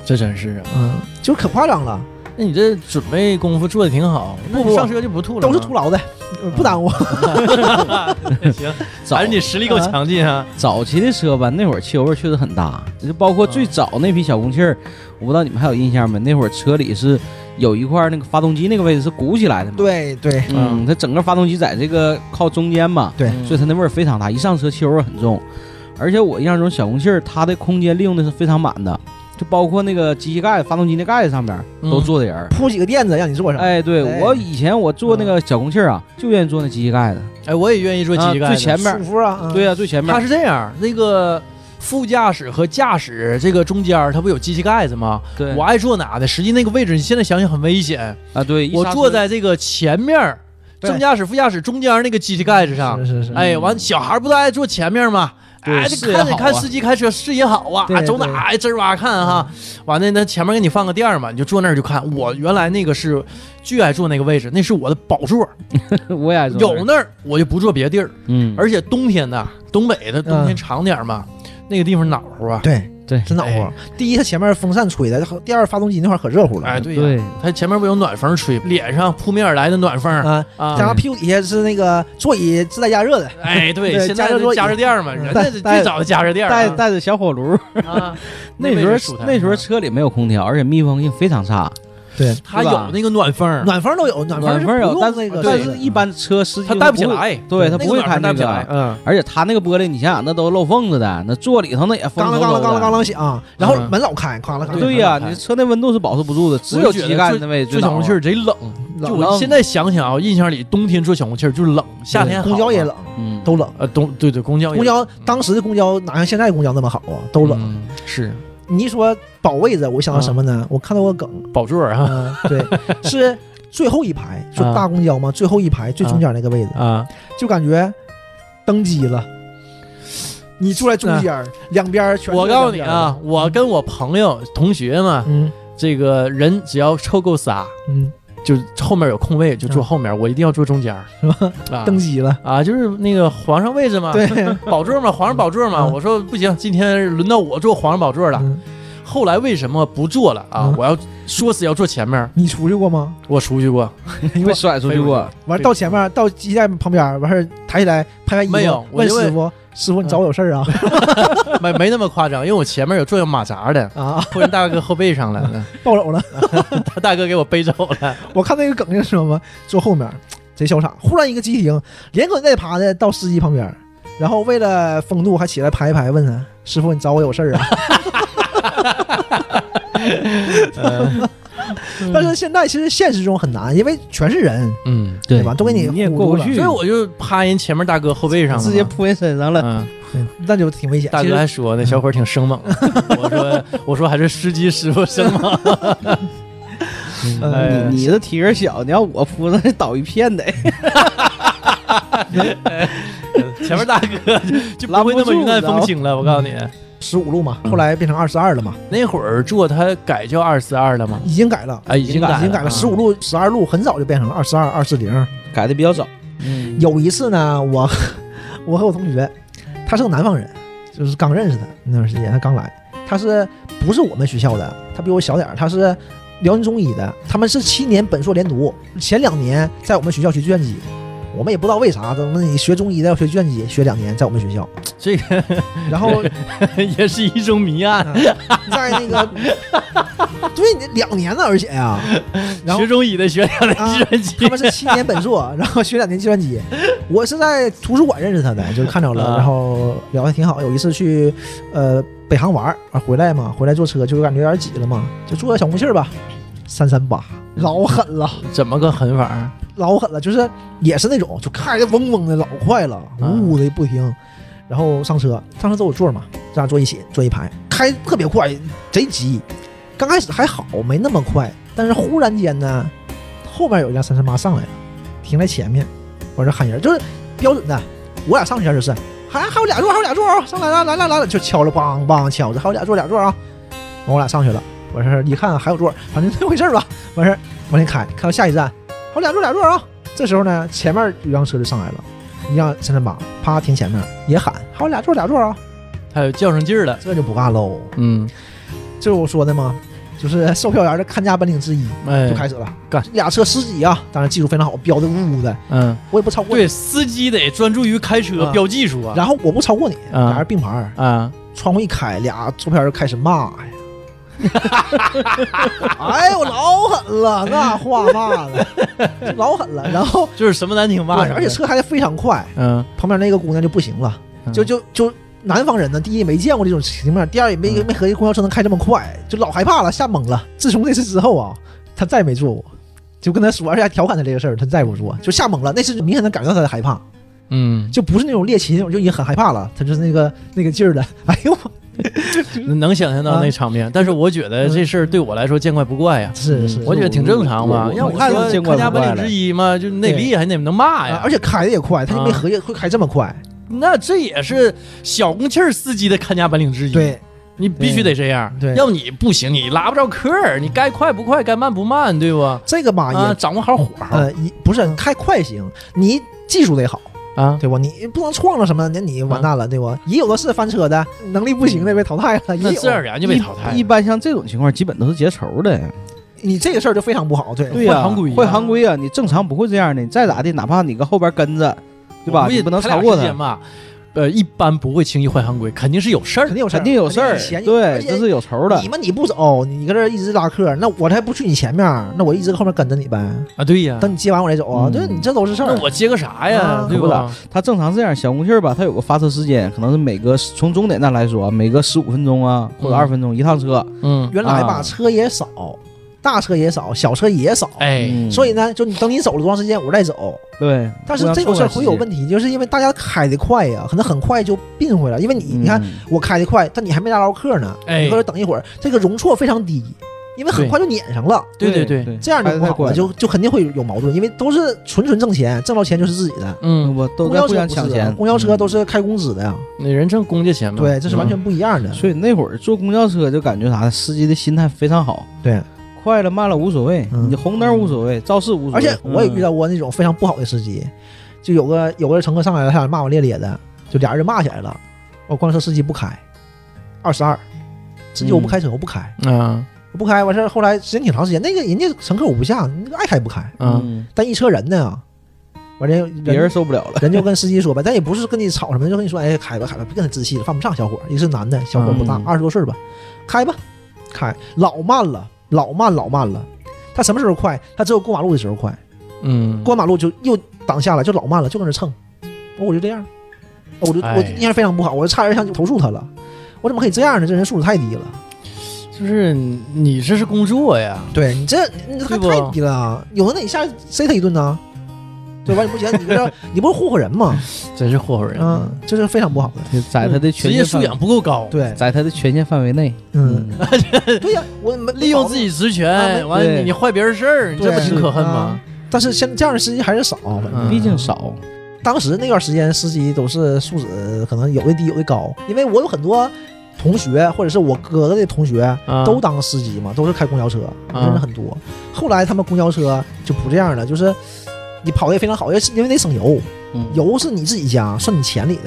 这真是啊！嗯，就可夸张了，那你这准备功夫做的挺好，那不你不上车就不啊吐了，都是徒。劳的，呃不耽误。 行，早反正你实力够强劲啊。早期的车吧，那会儿汽油味儿确实很大，就包括最早那批小公汽儿，我不知道你们还有印象没？那会儿车里是有一块那个发动机那个位置是鼓起来的嘛，，对对嗯，它整个发动机在这个靠中间嘛，对嗯所以它那味儿非常大，一上车汽油味儿很重。而且我印象中小公汽儿它的空间利用的是非常满的，就包括那个机器盖、发动机那盖子上边儿嗯啊都坐的人儿。铺几个垫子让你坐上，哎，对哎我以前我坐那个小公汽儿啊，就愿意坐那机器盖子，哎，我也愿意做嗯机器盖啊的。最前面舒服啊，嗯对，呀、最前面它。是这样，那个副驾驶和驾驶这个中间儿，它不有机器盖子吗？对，我爱坐哪的，实际那个位置你现在想想很危险。啊，对，一我刹坐车在这个前面儿，对正驾驶、副驾驶中间儿那个机器盖子上是，是是，哎，完小孩不都爱坐前面吗？对哎，这视野看好着啊看司机开车视野好啊，对走哪对哎吱儿哇看哈，完了那前面给你放个垫儿嘛，你就坐那儿就看。我原来那个是巨爱坐那个位置，那是我的宝座，我也爱坐有那儿我就不坐别地儿。嗯，而且冬天呢，东北的冬天长点儿嘛，那个地方暖和啊，对，对真暖和哎。第一，它前面风扇吹的；第二，发动机那块儿可热乎哎，了。对呀，对，它前面不有暖风吹，脸上扑面而来的暖风啊啊，加上屁股底下是那个座椅自带加热的，哎，对，对现加在热座都椅加热垫儿嘛，嗯人家带最早的加热垫儿带啊带着小火炉，啊，那位时置舒候坦啊那时候车里没有空调，而且密封性非常差，对，它是吧有那个暖风儿，暖风都有，暖风暖是风有，不但用是那个，对但是一般车司机它带不起会，来，对他那不个会暖开风那带不起个来，，嗯，而且他那个玻璃，你想想，那都漏缝子的，那座里头那也风刚啷啷啷啷啷啷啷啷。啷响啊，然后嗯门老开，哐啷哐啷。对呀、对你车内温度是保持不住的，只有我就觉得膝盖最那位做小暖红和气儿贼冷，就我冷现在想想啊，印象里冬天做小红气儿就是冷，夏天公好交也啊，冷，嗯，都冷。呃，冬对对，公交也公交冷当时的公交哪像现在公交那么好啊？都冷。嗯是你一说保位子，我想到什么呢？我看到个梗，宝座儿啊嗯，对， 是最后一排，就啊大公交嘛，最后一排最中间那个位置，啊，就感觉登基了。你坐在中间儿，两边儿全是我告诉你两啊，边我跟我朋友同学嘛，儿的，这个人只要凑够仨，嗯就后面有空位就坐后面，我一定要坐中间儿，嗯，是吧？啊登基了，啊，就是那个皇上位置嘛，对，宝座嘛，皇上宝座嘛。嗯我说不行，今天轮到我坐皇上宝座了。嗯后来为什么不坐了啊？嗯我要说死要坐前面，你出去过吗？我出去过被甩出去过，完对到前面，到基站旁边儿，完事儿抬起来拍拍衣服，没有我嗯问就问师傅，师傅你找我有事儿啊？没没那么夸张，因为我前面有坐有马扎的，啊，后人大哥后背上来了，暴走了。他大哥给我背走了。我看那个梗是什么？坐后面贼潇洒，忽然一个急停，连滚带爬的到司机旁边，然后为了风度还起来排一排，问他师傅你找我有事儿啊？ 但是现在其实现实中很难，因为全是人，嗯，对吧？都给你你也糊过不住了去，所以我就趴人前面大哥后背上了嘛，直接扑人身上了。嗯，那就挺危险。大其哥实还说那小伙儿挺生猛的， 我说我说还是司机师傅生猛。嗯哎呀你你的体格小，你要我扑那倒一片的，前面大哥就就不会那么云淡风轻了，我告诉嗯你，十五路嘛，嗯后来变成二十二了嘛，那会儿坐他改叫二四二了 吗？已经改了。啊，已经改已经改了，十五路、十二路很早就变成了二十二、二四零。改的比较早。有一次呢，我 我和我同学，他是个南方人，就是刚认识他那段时间，他刚来，他是不是我们学校的？他比我小点儿，他是辽宁中医的，他们是七年本硕连读，前两年在我们学校学计算机。我们也不知道为啥，怎么你学中医的要学计算机，学两年在我们学校，这个然后也是一种谜案。嗯在那个，对，你两年呢，而且呀、然后学中医的学两啊年计算机，他们是七年本硕，然后学两年计算机。我是在图书馆认识他的，就是看着了，啊然后聊得挺好。有一次去呃北航玩儿啊，回来嘛，回来坐车就感觉有点挤了嘛，就坐小红气儿吧，三三八，老狠了，怎么个狠法？老狠了，就是也是那种就开的嗡嗡的，老快了，呜呜的不停。然后上车，上车都有座嘛，这样坐一起坐一排，开特别快，贼急。刚开始还好，没那么快，但是忽然间呢，后面有一辆三三八上来了，停在前面，我这喊人，就是标准的，我俩上前就是，还还有俩座，还有俩座啊，上来来来来来，就敲着梆梆敲着，还有俩座俩座啊，完我俩上去了，完事儿一看还有座，反正那回事儿吧，完事儿往前开，开到下一站，还有俩座俩座啊，这时候呢，前面有辆车就上来了，一辆三三八，啪停前面也喊，还有俩座俩座啊，他有较上劲儿了。这就不干喽，嗯，这是我说的吗？就是售票员的看家本领之一，哎就，开始了，干俩车司机啊，当然技术非常好，标的呜呜的，嗯，我也不超过你，对，司机得专注于开车啊标技术啊。然后我不超过你，啊俩人并排儿，啊，窗户一开，俩售票员开始骂呀。 哎呦，老狠了，那话骂的老狠了。然后，就是什么难听骂什么。而且，车开的非常快，嗯，旁边那个姑娘就不行了，嗯就就就南方人呢，第一没见过这种情面，第二也没、嗯没合计公交车能开这么快，就老害怕了，吓懵了。自从那次之后啊，他再也没坐过，就跟他说，而且还调侃他这个事儿，他再也不坐，就吓懵了。那次就明显能感觉到他的害怕，嗯，就不是那种猎奇那种，就已经很害怕了，他就是那个那个劲儿的。 哎呦，能想象啊到那场面，但是我觉嗯得这事儿对我来说见怪不怪呀。是是，我觉得挺正常嘛，我要我我看说是见看怪家不怪本领了之一嘛，就你得对厉害，你得能骂啊哎呀。而且开的也快，他就没啊合计会开这么快。那这也是小公气儿司机的看家本领之一。，对，你必须得这样，对对要你不行，你拉不着客儿，你该快不快，该慢不慢，对不？这个吧啊，也呃掌握好火候。呃，一不是开快行，你技术得好，啊，对吧？你不能撞了什么，那你完蛋了，对吧？也有的是翻车的，能力不行的被淘汰了，也那有自然而然就被淘汰了一。一般像这种情况，基本都是结仇的。你这个事儿就非常不好，对对呀、会行规啊会行规啊！你正常不会这样的。你再咋的，哪怕你搁后边跟着，我对吧？估你计不能他俩超过之他间。吧？呃，一般不会轻易换行规，肯定是有事儿肯。定有事儿，肯定有事儿肯定，有对，而且这是有仇的你。们你不走，你搁这儿一直拉客，那我才不去你前面，那我一直后面跟着你呗。啊，对呀，等你接完我再走啊，嗯对，你这都是事儿那。我接个啥呀？啊对可不吧咋？它正常这样，小红气儿吧，它有个发车时间，可能是每隔从终点站来说，啊每隔十五分钟啊，或嗯者二十分钟一趟车。嗯，原来吧，啊车也少，大车也少，小车也少，哎，嗯所以呢，就你等你走了多长时间，我再走。对，但是这种事儿会有问题，就是因为大家开得快呀，可能很快就并回来，因为你题你看，我开得快，但你还没拉到客呢，哎你搁这等一会儿，这个容错非常低，因为很对快就撵上了。对对对，这样就不好了，就就肯定会有矛盾，因为都是纯纯挣钱，挣到钱就是自己的。嗯，我都公在交互车相不是抢的，钱，公交车都嗯。是开工资的呀，那人挣公家钱嘛，对，这是完全不一样的。所以那会儿坐公交车就感觉啥，司机的心态非常好，对，快了慢了无所谓，嗯你红灯无所谓，肇事无所谓。而且我嗯也遇到到过那种非常不好的司机，就有个有个乘客上来了，他俩骂骂咧咧的，就俩人就骂起来了。我公交车司机不开，二十二，司机我不开车，我不开，啊我不开。完事儿后来时间挺长时间，那个人家乘客我不下，那个爱开不开，啊，嗯但一车人呢，完了人 别人受不了了，人就跟司机说呗，但也不是跟你吵什么，就跟你说，哎，开吧，开吧，别跟他置气了，犯不上小伙儿，一个是男的，小伙儿不大嗯，二十、多岁吧，开吧，开，老慢了，老慢，老慢了。他什么时候快？他只有过马路的时候快，嗯，过马路就又挡下了，就老慢了，就跟那蹭。我就这样，我就我哎印象非常不好，我就差点想投诉他了。我怎么可以这样呢？这人素质太低了。就是你你这是工作呀，对你这你这对不太低了，有的那一下塞他一顿呢，对吧？你不行，你搁这你不是祸祸人吗？真是霍霍人，嗯，这是非常不好的。在他的职权业限素范养不够高，对，在他的权限范围内，嗯，，对呀、我没利用自。己职啊权，没完了对你你坏别人事儿，你这不对挺可恨啊吗？但是像这样的司机还是少，反正嗯毕竟少，当时那段时间司机都是素质可能有的低有的高，因为我有很多同学或者是我哥哥的同学啊都当司机嘛，都是开公交车，啊真是很多。后来他们公交车就不这样了，就是你跑的也非常好，因为因为得省油，嗯油是你自己加，算你钱里的，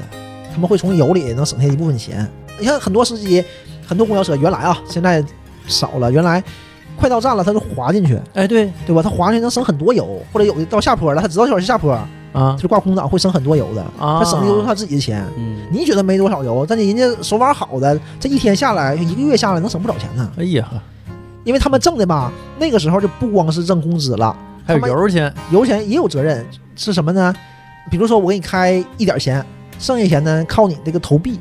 他们会从油里能省下一部分钱。你看很多司机，很多公交车原来啊，现在少了，原来快到站了他就滑进去，哎对对吧？他滑进去能省很多油，或者有的到下坡了，他知道这块是下坡，啊他就挂空挡会省很多油的，啊，他省的都是他自己的钱。嗯，你觉得没多少油，但是人家手法好的，这一天下来，一个月下来能省不少钱呢。哎呀，因为他们挣的吧，那个时候就不光是挣工资了，还有他们油钱，油钱也有责任，是什么呢？比如说我给你开一点钱，剩下钱呢靠你这个投币，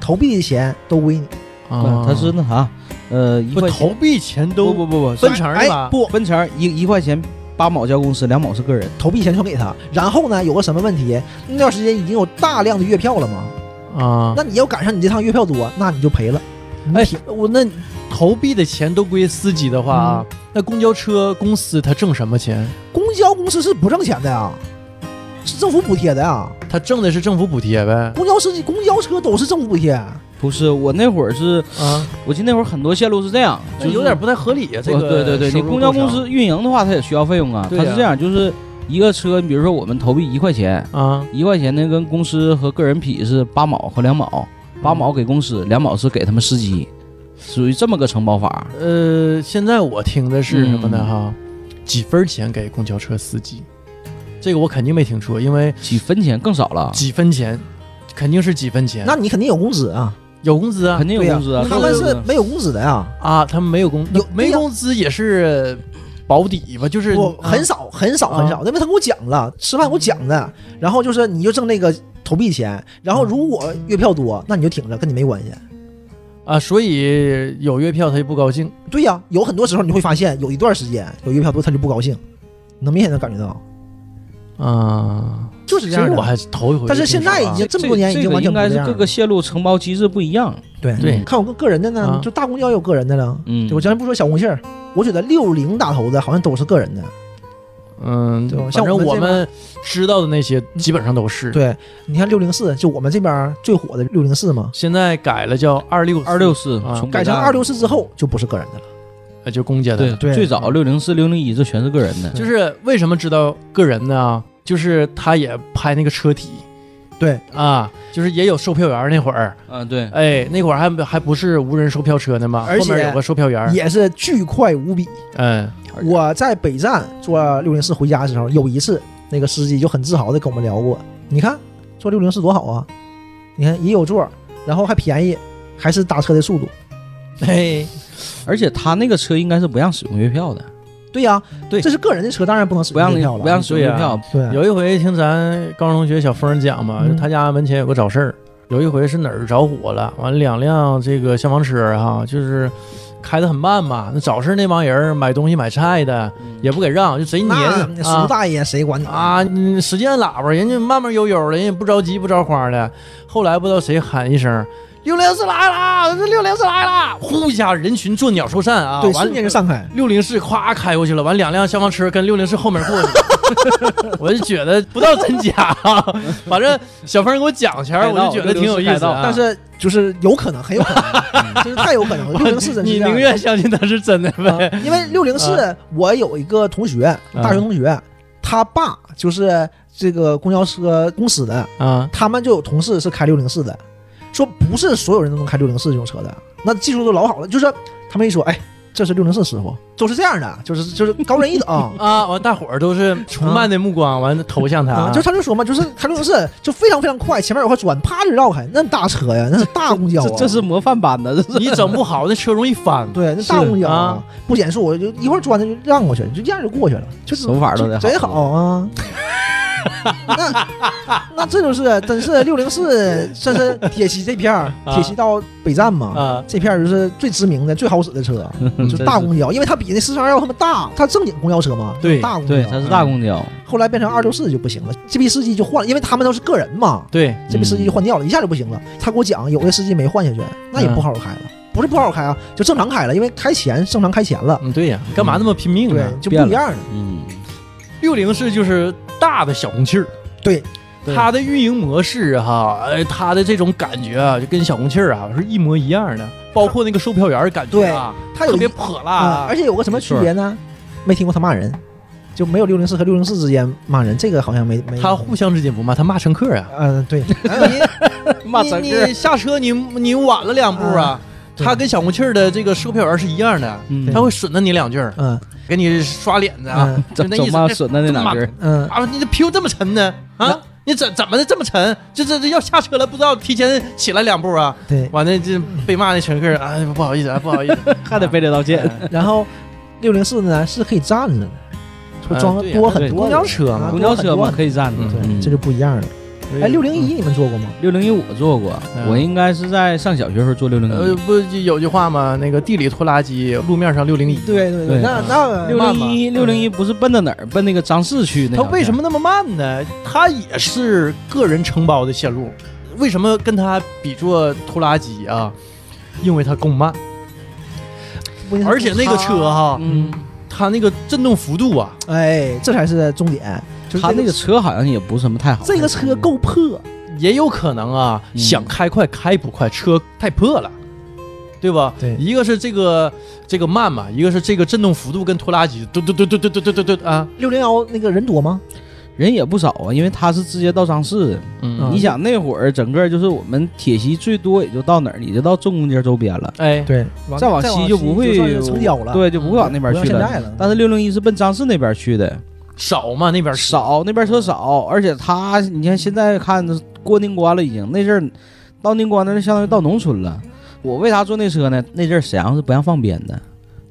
投币的钱都归你。啊他是那啥，呃，一不块钱投币钱不都不不不分成的哎吧？不分成一一块钱八毛交公司，两毛是个人。投币钱全给他，然后呢，有个什么问题？那段时间已经有大量的月票了嘛，啊，那你要赶上你这趟月票多，那你就赔了。你哎挺，我那投币的钱都归司机的话啊，那公交车公司他挣什么钱？公交公司是不挣钱的呀，是政府补贴的呀。他挣的是政府补贴呗？公交司机、公交车都是政府补哎贴。不是我那会儿是，啊，我记得那会儿很多线路是这样，那就是有点不太合理啊。这哦个对对对，收你入公交构成公司运营的话，它也需要费用啊。对它呀是这样，就是一个车，你比如说我们投币一块钱，啊，一块钱呢跟公司和个人比是八毛和两毛，八毛给公司，两毛是给他们司机，属于这么个承包法。呃，现在我听的嗯是什么呢？哈，几分钱给公交车司机？这个我肯定没听说，因为啊几分钱更少了，几分钱，肯定是几分钱。那你肯定有工资啊，有工资啊肯定有对呀工资啊。他们是没有工资的呀，啊，他们没有工有没对呀工资也是保底吧？就是我啊很少很少啊很少，因为他给我讲了，吃饭给我讲的，然后就是你就挣那个投币钱，然后如果月票多，那你就挺着，跟你没关系。啊，所以有月票他就不高兴。对呀、有很多时候你会发现，有一段时间有月票多，他就不高兴，能明显的感觉到，啊，就是这这样我的。还是头一回听说啊。但是现在已经这么多年已经个完全应不这该是样各了个线路承包机制不一样。对对看我个个人的啊呢，就大公交也有个人的了。嗯，对我咱不说小红杏儿，我觉得六零打头的好像都是个人的。嗯对吧，反像正我我们这们知道的那些基本上都是。，对，你看六零四，就我们这边儿最火的六零四嘛，现在改了叫二六二六，四啊从改成二六四之后就不是个人的了。呃就公家的。对对最早六零四六零一这全是个人的，就是为什么知道个人呢？就是他也拍那个车体对，啊，就是也有售票员那会儿，啊，对，哎，那会儿还还不是无人售票车呢吗？而且后面有个售票员，也是巨快无比。嗯，而且我在北站坐六零四回家的时候，有一次那个司机就很自豪的跟我们聊过，你看坐六零四多好啊，你看也有座儿，然后还便宜，还是打车的速度。嘿，而且他那个车应该是不让使用月票的，对呀、对这是个人的车，当然不能使不让月你票了。不让使用月票，对啊，有一回听咱高中同学小峰讲嘛，嗯就他家门前有个早市儿，有一回是哪儿着火了，完了两辆这个消防车哈、就是开的很慢嘛，那早市那帮人儿买东西买菜的也不给让，就贼那黏那叔啊。大爷谁管 你？啊，你使劲按喇叭，人家慢慢悠悠的，人家不着急不着慌的。后来不知道谁喊一声“六零四来啦，这六零四来啦”，呼一下人群作鸟兽散啊，对，完瞬间就散开。六零四咵开过去了，完两辆消防车跟六零四后面过去了。 我就觉得不知道真假啊，反正小峰给我讲前儿，我就觉得挺有意开思道啊。但是就是有可能，很有可 能，就是太有可能了。六零四真是你这样宁愿相信他是真的啊呗？因为六零嗯四，我有一个同学，嗯大学同学，他爸就是这个公交车公司的，啊，他们就有同事是开六零四的，说不是所有人都能开六零四这种车的，那技术都老好了，就是他们一说，哎，这是六零四师傅，都是这样的，就是就是高人一 等啊。啊，完大伙儿都是崇拜的目光，完了投向啊他，啊就他就说嘛，就是开六零四就非常非常快，前面有块砖，啪就绕开，那大车呀，那是大公交啊这，这是模范版的，这是啊你整不好那车容易翻。对，那大公是交啊不减速，我就一会儿砖他就让过去，就这样就过去了，就手法都得贼好啊！那那这就是真是六零四，这是铁西这片儿，啊铁西到北站嘛，啊，嗯这片儿就是最知名的、最好使的车，就是大公交，因为它比那四三幺他们大，它正经公交车嘛，对大公交，对，它是大公交，后来变成二六四就不行了，这批司机就换了，因为他们都是个人嘛，对，这批司机就换掉了，一下就不行了。他给我讲，有的司机没换下去，那也嗯不好好开了，不是不好好开啊，就正常开了，因为开钱正常开钱了，嗯，对呀，干嘛那么拼命对呢？，就不变一了样了。嗯，六零四就是大的小红气儿，对，对它的运营模式哈，哎，它的这种感觉啊，就跟小红气儿啊是一模一样的，包括那个售票员儿感觉啊，他有特一别泼辣啊，啊，而且有个什么区别呢？没听过他骂人，就没有六零四和六零四之间骂人，这个好像没没。他互相之间不骂，他骂乘客啊，嗯、对， 骂乘你客你下车你你晚了两步啊，对他跟小红气儿的这个售票员儿是一样的，嗯他会损着你两句儿，嗯给你刷脸子啊，嗯就怎那怎意思么损的那哎这么两句骂儿？嗯，啊，你这屁股这么沉呢啊那？你怎怎么的这么沉？这这这要下车了，不知道提前起来两步啊？ 对。完了这被骂那乘客啊，哎不好意思啊，不好意思， 还得背着道歉。哎然后六零四呢是可以站着的，会装嗯对呀多很对多公人、交车嘛啊公交车嘛，，可以站嗯多。很着多人对，这就不一样了。哎，六零一你们坐过吗？ 六零一我坐过，嗯我应该是在上小学时候坐六零呃一。不就有句话吗？那个地里拖拉机，路面上六零一。对对对那嗯那六零一六零一不是奔到哪儿？奔那个张氏去那它条线。为什么那么慢呢？它也是个人承包的线路，为什么跟它比作拖拉机啊？因为它更慢，温而且那个车哈、嗯，它那个震动幅度啊，哎，这才是重点，就是他那这个嗯车好像也不是什么太好。这个车够破，也有可能啊，嗯想开快开不快，车太破了，对吧？对一个是这个这个慢嘛，一个是这个震动幅度跟拖拉机嘟嘟嘟嘟嘟嘟嘟嘟嘟啊，六零幺那个人多吗？人也不少啊，因为他是直接到张氏的。嗯你想那会儿整个就是我们铁西最多也就到哪儿，也就到重工街周边了，哎，对，再往西就不会算是城郊了，对，就不会往那边不像去现了。在了。但是六零一是奔张氏那边去的，少嘛那边嗯车少那边车少，而且他你看现在看嗯过宁关了已经，那阵儿到宁关那就相当于到农村了。我为啥坐那车呢？那阵儿沈阳是不让放鞭的，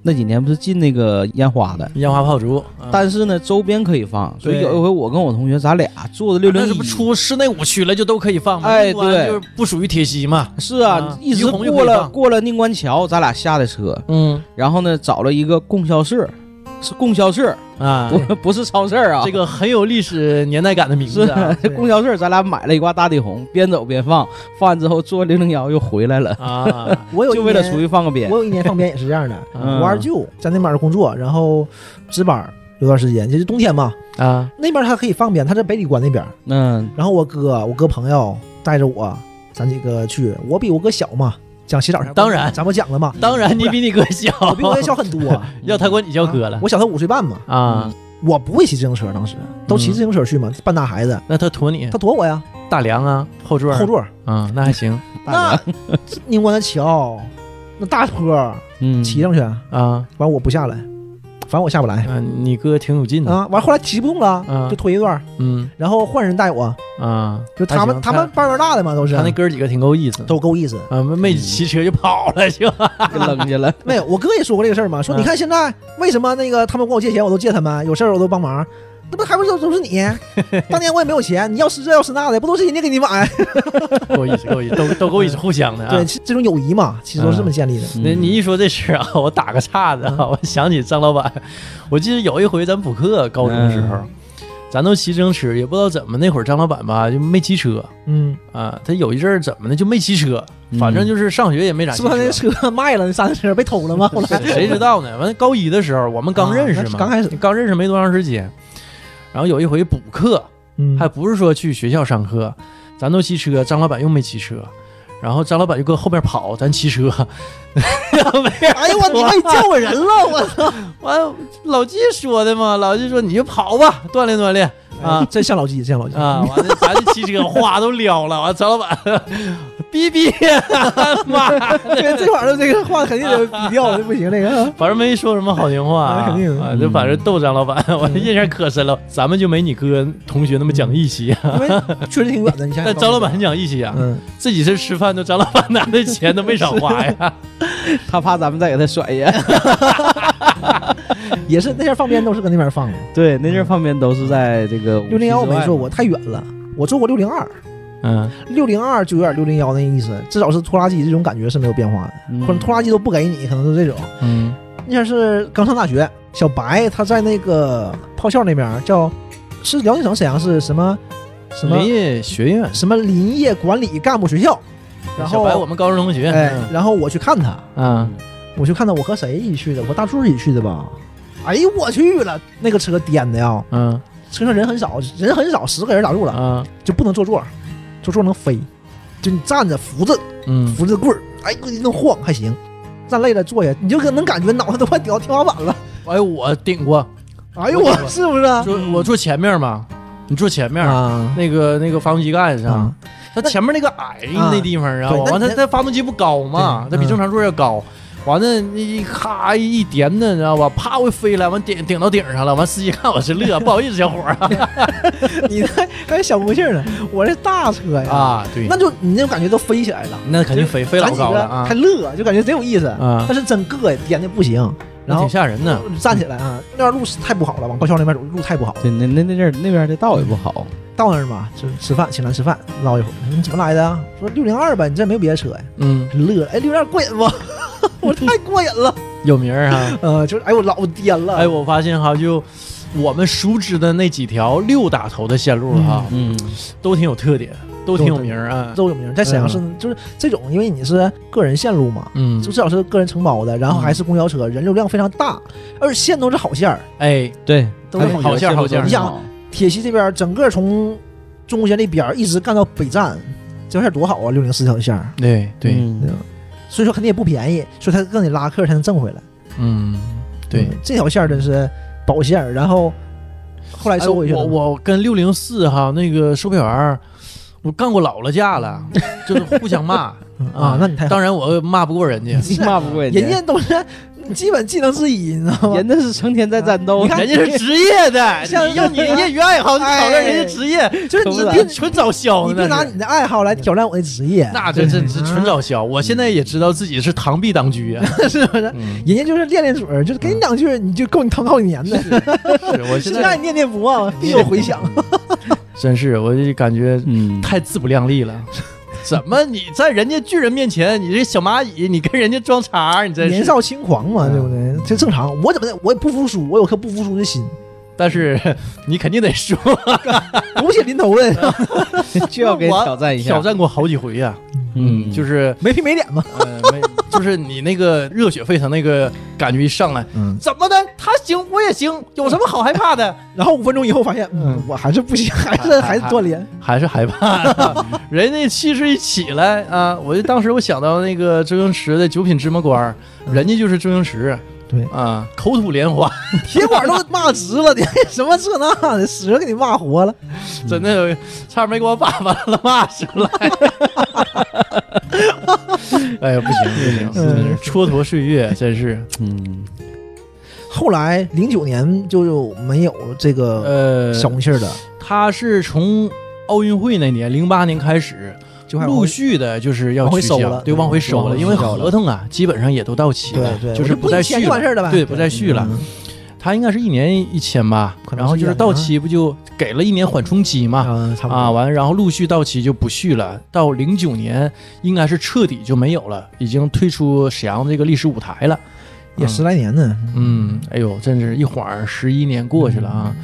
那几年不是禁那个烟花的，烟花炮竹，啊但是呢周边可以放，所以对啊有一回我跟我同学咱俩坐的六零那一是不，出室内五区了就都可以放吗？哎那玩意儿对就是不属于铁西嘛。是啊啊，一怡直红就可过以了放过了宁关桥，咱俩下的车，嗯然后呢，找了一个供销社，是供销社，啊，不不是超市啊。这个很有历史年代感的名字啊。是供销社，咱俩买了一挂大地红，边走边放，放完之后坐零零幺又回来了，啊，我有一就为了年出去放个鞭 我。有一年放鞭也是这样的，嗯我二舅在那边工作，然后值班有段时间，就是冬天嘛， 啊，那边他可以放鞭，他在北礼关那边。嗯，然后我哥，我哥朋友带着我，咱几个去，我比我哥小嘛，讲洗澡啥，当然咱们讲 了嘛，当然你比你哥小我，比我哥小很多，要他管你叫哥了啊我小他五岁半嘛。啊。我不会骑自行车，当时都骑自行车去嘛，嗯半大孩子，那他驮你他躲我呀，大梁啊，后座儿后座儿啊，那还行那 宁关的桥，那大坡儿嗯，骑上去， 啊。完我不下来，反正我下不来嗯、你哥挺有劲的，啊。完后来骑不动了嗯，就推一段儿，嗯然后换人带我，啊，就他还行们他们班儿大的嘛，都是他那哥几个挺够意思，都够意思。啊没没骑车就跑了就，给扔去了，没有，我哥也说过这个事儿嘛，说嗯你看现在为什么那个他们管我借钱，我都借他们，有事儿我都帮忙，那不还不是都是你？ 当年我也没有钱，你要吃这要吃那的，不都是人家给你买？够意思够意 思，都都够意思，互相的啊嗯对，。其这种友谊嘛，其实都是这么建立的。那你一说这事儿啊， 我打个岔子啊，我想起张老板， 我记得有一回咱补课，高中时候，咱都骑自行车，也不知道怎么那会儿张老板吧就没骑车嗯，啊，他有一阵儿怎么的就没骑车，嗯反正嗯就是上学也没咋是骑不是他那车。车卖了，那三轮车被偷了吗？后来 谁谁知道呢？完了高一的时候，我们刚认识啊嘛，那是刚开始刚认识没多长时间。然后有一回补课，嗯还不是说去学校上课，咱都骑车，张老板又没骑车，然后张老板就搁后边跑，咱骑车，没有 哎呦我你妈你叫我人了，我操！完老季说的嘛，老季说你就跑吧，锻炼锻炼啊 哎真像老纪，真像老纪。啊！完了，咱就骑车，哗都撩了，完张老板 逼逼， 妈，对， 这玩意儿这个话肯定得比掉，这不行，这个反正没说什么好听话啊，那肯定嗯啊，就反正逗张老板，我印象可深了。咱们就没你哥同学那么讲义 气，啊因为确实挺远的。你想但想，张老板很讲义气啊，嗯，自己是吃饭都张老板拿的钱都没少花呀。他怕咱们再给他甩下。也是那边放鞭都是搁那边放的。嗯对，那阵儿放鞭都是在这个六零幺我没坐做过，，太远了。我坐过六零二，嗯六零二就有点六零幺那意思，至少是拖拉机这种感觉是没有变化的，嗯或者拖拉机都不给你，可能是这种。嗯那前是刚上大学，小白他在那个炮校那边儿叫，是辽宁省沈阳市什么什么林业学院，什么林业管理干部学校，然小后白我们高中同学，哎，然后我去看他，嗯。我去看他，我和谁一起去的？我和大柱一起去的吧？哎呦我去了，那个车颠的呀，嗯车上人很少，人很少，十个人打住了，啊就不能坐座，坐座能飞，就你站着扶着嗯扶着棍儿，哎，能晃还行。站累了坐下，你就能感觉脑袋都快顶到天花板了。哎，我顶过，哎呦我，是不是啊？坐我坐前面嘛，你坐前面，啊 那个那个发动机盖子上啊，，它前面那个矮啊那地方啊，对那完它那它发动机不高嘛，它对比嗯正常座要高。完了，那一咔一点呢，你知道吧？啪，我飞了，完顶顶到顶上了。完，司机看我是乐，不好意思，小伙儿 啊你那还有小不幸呢，我这大车呀，啊，对，那就你那种感觉都飞起来了，那肯定飞飞咱老几高个了啊还乐，就感觉真有意思。啊但，是真膈应，颠的不行，那然后挺吓人的。站起来啊，那边路是太不好了，往高校那边走路太不好了。对，那那那阵儿那边的道也不好，到那儿嘛，吃吃饭，请咱吃饭，唠一会儿。你怎么来的啊？说六零二呗，你这没有别的车呀？嗯，乐了，哎，六零二过瘾不？ 我太过瘾了，有名儿啊。呃，就是哎，我老颠了， 哎，我发现哈，就我们熟知的那几条六打头的线路哈，嗯，都挺有特点，都挺有名儿啊。都有名，在沈阳市就是这种，因为你是个人线路嘛，嗯就，至少是个人承包的，然后还是公交车，人流量非常大，而且线都是好线儿。哎，对，都是好线儿好线儿你你想铁西这边整个从中间那边儿一直干到北站，这条线多好啊，六零四条线儿，对对，对吧？所以说肯定也不便宜，所以他更得拉客才能挣回来。嗯，对嗯。这条线儿真是保线儿，然后后来哎收回去了。我我跟六零四哈那个售票员儿，我干过老了架了，就是互相骂嗯 啊，那你太好当然我骂不过人家，你骂不过人人家都是基本技能之一，你知道吗？人家是成天在战斗你，看 人家是职业的，像你 用你业余爱好你哎讨论人家职业，就是你你别别纯找削你别拿那是。你的爱好来挑战我的职业，那这这这嗯纯找削，我现在也知道自己是螳臂当 车啊！是不是？嗯人家就是练练嘴儿，就是给你两句，你就够你疼好几年的。是我现是让在你念念不忘，必有回响。真是，我就感觉嗯，太自不量力了。怎么你在人家巨人面前，你这小蚂蚁，你跟人家装叉儿，你真年是。嗯少轻狂嘛，对不对？这正常。我怎么的？我也不服输，我有颗不服输的心， 但是你肯定得说，狗血淋头的，就要给挑战一下，挑，战过好几回呀、嗯，就是是 没皮没脸嘛。呃，没，就是你那个热血沸腾那个感觉一上来，嗯。怎么的？他行，我也行，有什么好害怕的？然后五分钟以后发现，嗯嗯，啊我还是不行， 还是还是锻炼。还是害怕的 人家气势一起来啊！我就当时我想到那个周星驰的《九品芝麻官儿》，人家就是周星驰，对啊，口吐莲花，铁管都骂直了， 你什么这那的，屎 给你骂活了。真的差点没给我爸爸了骂出 来。哎呀，不行不行，真是蹉跎岁月，真是。嗯，后来零九年就没有这个呃，嗯小红气儿了，他是从奥运会那年零八年开始，就还陆续的就是要往回取消收了对，对往回收往了，回因为取消了合同啊基本上也都到期了对，对，就是我不再一签续就完事儿了呗，对，不再续了。嗯他应该是一年一签吧可，能然后是就是一年到啊期不就给了一年缓冲期嘛，啊，差不啊，多。完，然后陆续到期就不续了，到零九年应该是彻底就没有了，已经退出沈阳这个历史舞台了。也十来年呢，嗯，哎呦，真是一晃儿十一年过去了啊。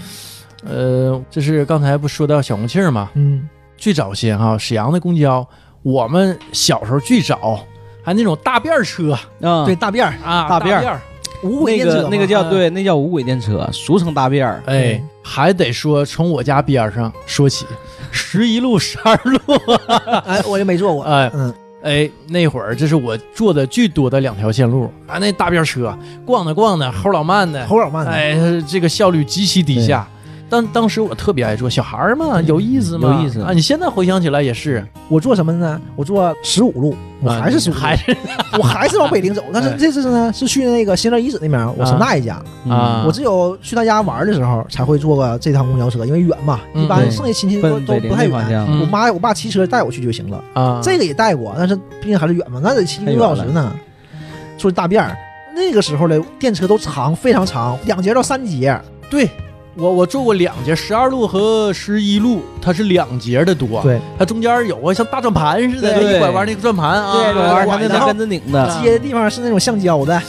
呃，这是刚才不说到小红气儿吗？嗯，最早先哈、沈阳的公交，我们小时候最早还那种大便儿车啊，对，，大辫儿，啊，大大便儿儿，无轨那电车个那个嘛叫对，那叫无轨电车，俗称大便儿。哎，还得说从我家边儿上说起，十一路、十二路，哎，我也没坐过，哎，嗯，哎，那会儿这是我坐的最多的两条线路啊，那大便车逛着逛着，齁老慢的，侯老慢啊的，哎，这个效率极其低下。但当时我特别爱坐，小孩儿嘛，有意思嘛，嗯有意思啊！你现在回想起来也是，我坐什么呢？我坐十五路，我啊还是十五，还是我还是往北陵 走，但是哎这次呢是去那个新乐遗址那边，我陈大爷家，嗯啊，我只有去他家玩的时候才会坐个这趟公交车，因为远嘛，嗯一般对剩下亲戚都奔都北陵不太那方远。向，嗯我妈我爸骑车带我去就行了，啊，这个也带过，但是毕竟还是远嘛，那得骑一个多小时呢，坐大便儿。那个时候的电车都长，非常长，两节到三节。对我我坐过两节，十二路和十一路，它是两节的多，对，它中间有个像大转盘似的，对一拐弯那个转盘啊，对，玩儿拐它那的能跟着拧的，啊接的地方是那种橡胶的，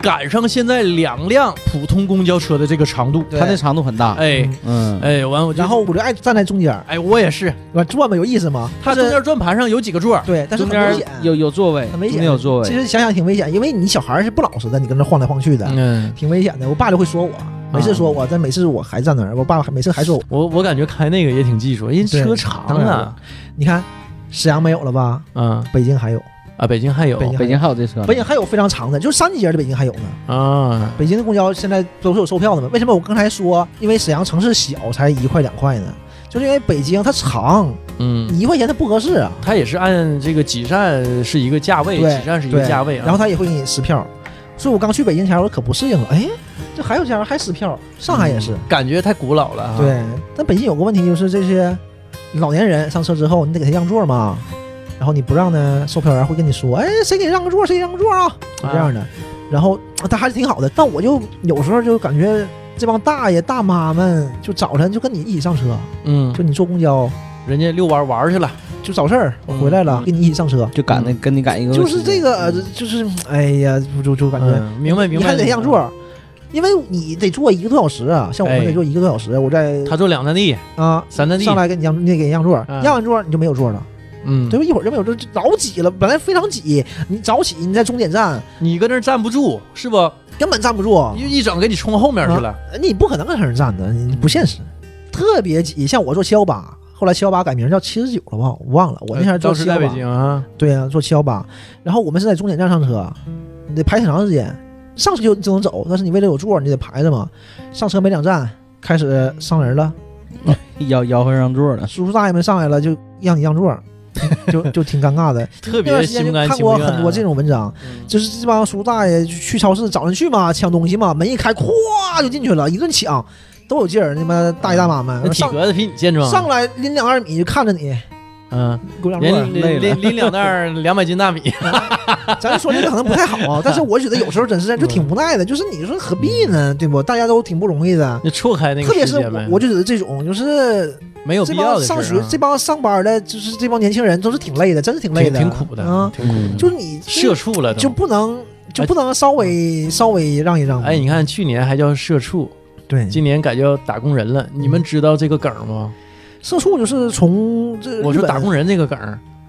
赶上现在两辆普通公交车的这个长度，对它那长度很大。哎嗯嗯，哎，完我就然后我就爱站在中间儿，哎，我也是，我转吧有意思吗？它但中是间转盘上有几个座儿，对，但是中很危间险。有有座位，很危险中间有座其位。实想想挺危险，因为你小孩儿是不老实的，你跟那晃来晃去的，嗯，啊挺危险的。我爸就会说我，每次说我，但每次我还站那儿，我爸每次还说我。我我感觉开那个也挺技术，因为对车长当然啊了，你看，沈阳没有了吧？嗯北京还有，啊，北京还有北京北京还有这车呢，北京还有非常长的，就是三节的北京还有呢。啊，北京的公交现在都是有售票的嘛？为什么我刚才说，因为沈阳城市小，才一块两块呢？就是因为北京它长，嗯，你一块钱它不合适啊。它也是按这个几站是一个价位，对几站是一对个价位啊，然后他也会给你撕票。所以我刚去北京前，我可不适应了。哎，这还有家还撕票，上海也是。感觉太古老了啊，对，但北京有个问题就是这些老年人上车之后，你得给他让座嘛。然后你不让呢，售票员会跟你说：“哎，谁给让个座，谁让个座啊？”就这样的。然后啊他还是挺好的，但我就有时候就感觉这帮大爷大妈们就早晨就跟你一起上车，嗯，就你坐公交人家遛弯玩儿去了，就找事儿，我嗯回来了、嗯跟你一起上车，就赶那跟你赶一个位嗯置，就是这个，呃就是哎呀，就就就感觉、嗯，明白明你白，还得让座，因为你得坐一个多小时啊。像我们哎得坐一个多小时，我在他坐两站地、啊三站地上，来给你让，你得给人让座，嗯让完座你就没有座了，嗯，对吧？一会儿就没有座，就老挤了，本来非常挤，你早起你在终点站你搁那儿站不住是不？根本站不住，一一整给你冲后面去了，你不可能跟上人站的，你不现实，特别挤。像我坐七幺八。后来七幺八改名叫七十九了吧？我忘了。我那天坐当七时幺在北八，京啊，对呀、坐七幺八。然后我们是在终点站上车，你得排挺长时间。上车就就能走，但是你为了有座，你得排着嘛。上车没两站，开始上人了，摇摇和让座的，叔叔大爷们上来了就让你让座儿，就就挺尴尬的。特那段别时间心就不甘看情不过愿啊。很多这种文章，嗯，就是这帮叔叔大爷去去超市早晨去嘛，抢东西嘛，门一开，咵就进去了，一顿抢，都有劲儿。那么大爷大妈那们体上格子比你健壮，上来拎两二米就看着你，嗯，给我让座人儿。拎累了拎拎两 袋两百斤大米，咱说这个可能不太好啊，但是我觉得有时候真是 就挺无奈的，就是你说何必呢，对不？大家都挺不容易的。你错开那特个别时是间我呗，，我就觉得这种就是没有这必要帮的事儿上啊。学、这帮上班的，就是这帮年轻人都是挺累的，真是挺累挺的，挺苦的啊，。挺苦的，就是你社畜了都就不能就不能稍微稍微让一让吗哎，你看去年还叫社畜，对，今年改叫打工人了。你嗯们知道这个梗吗？社畜就是从这我日说本打工人这个梗，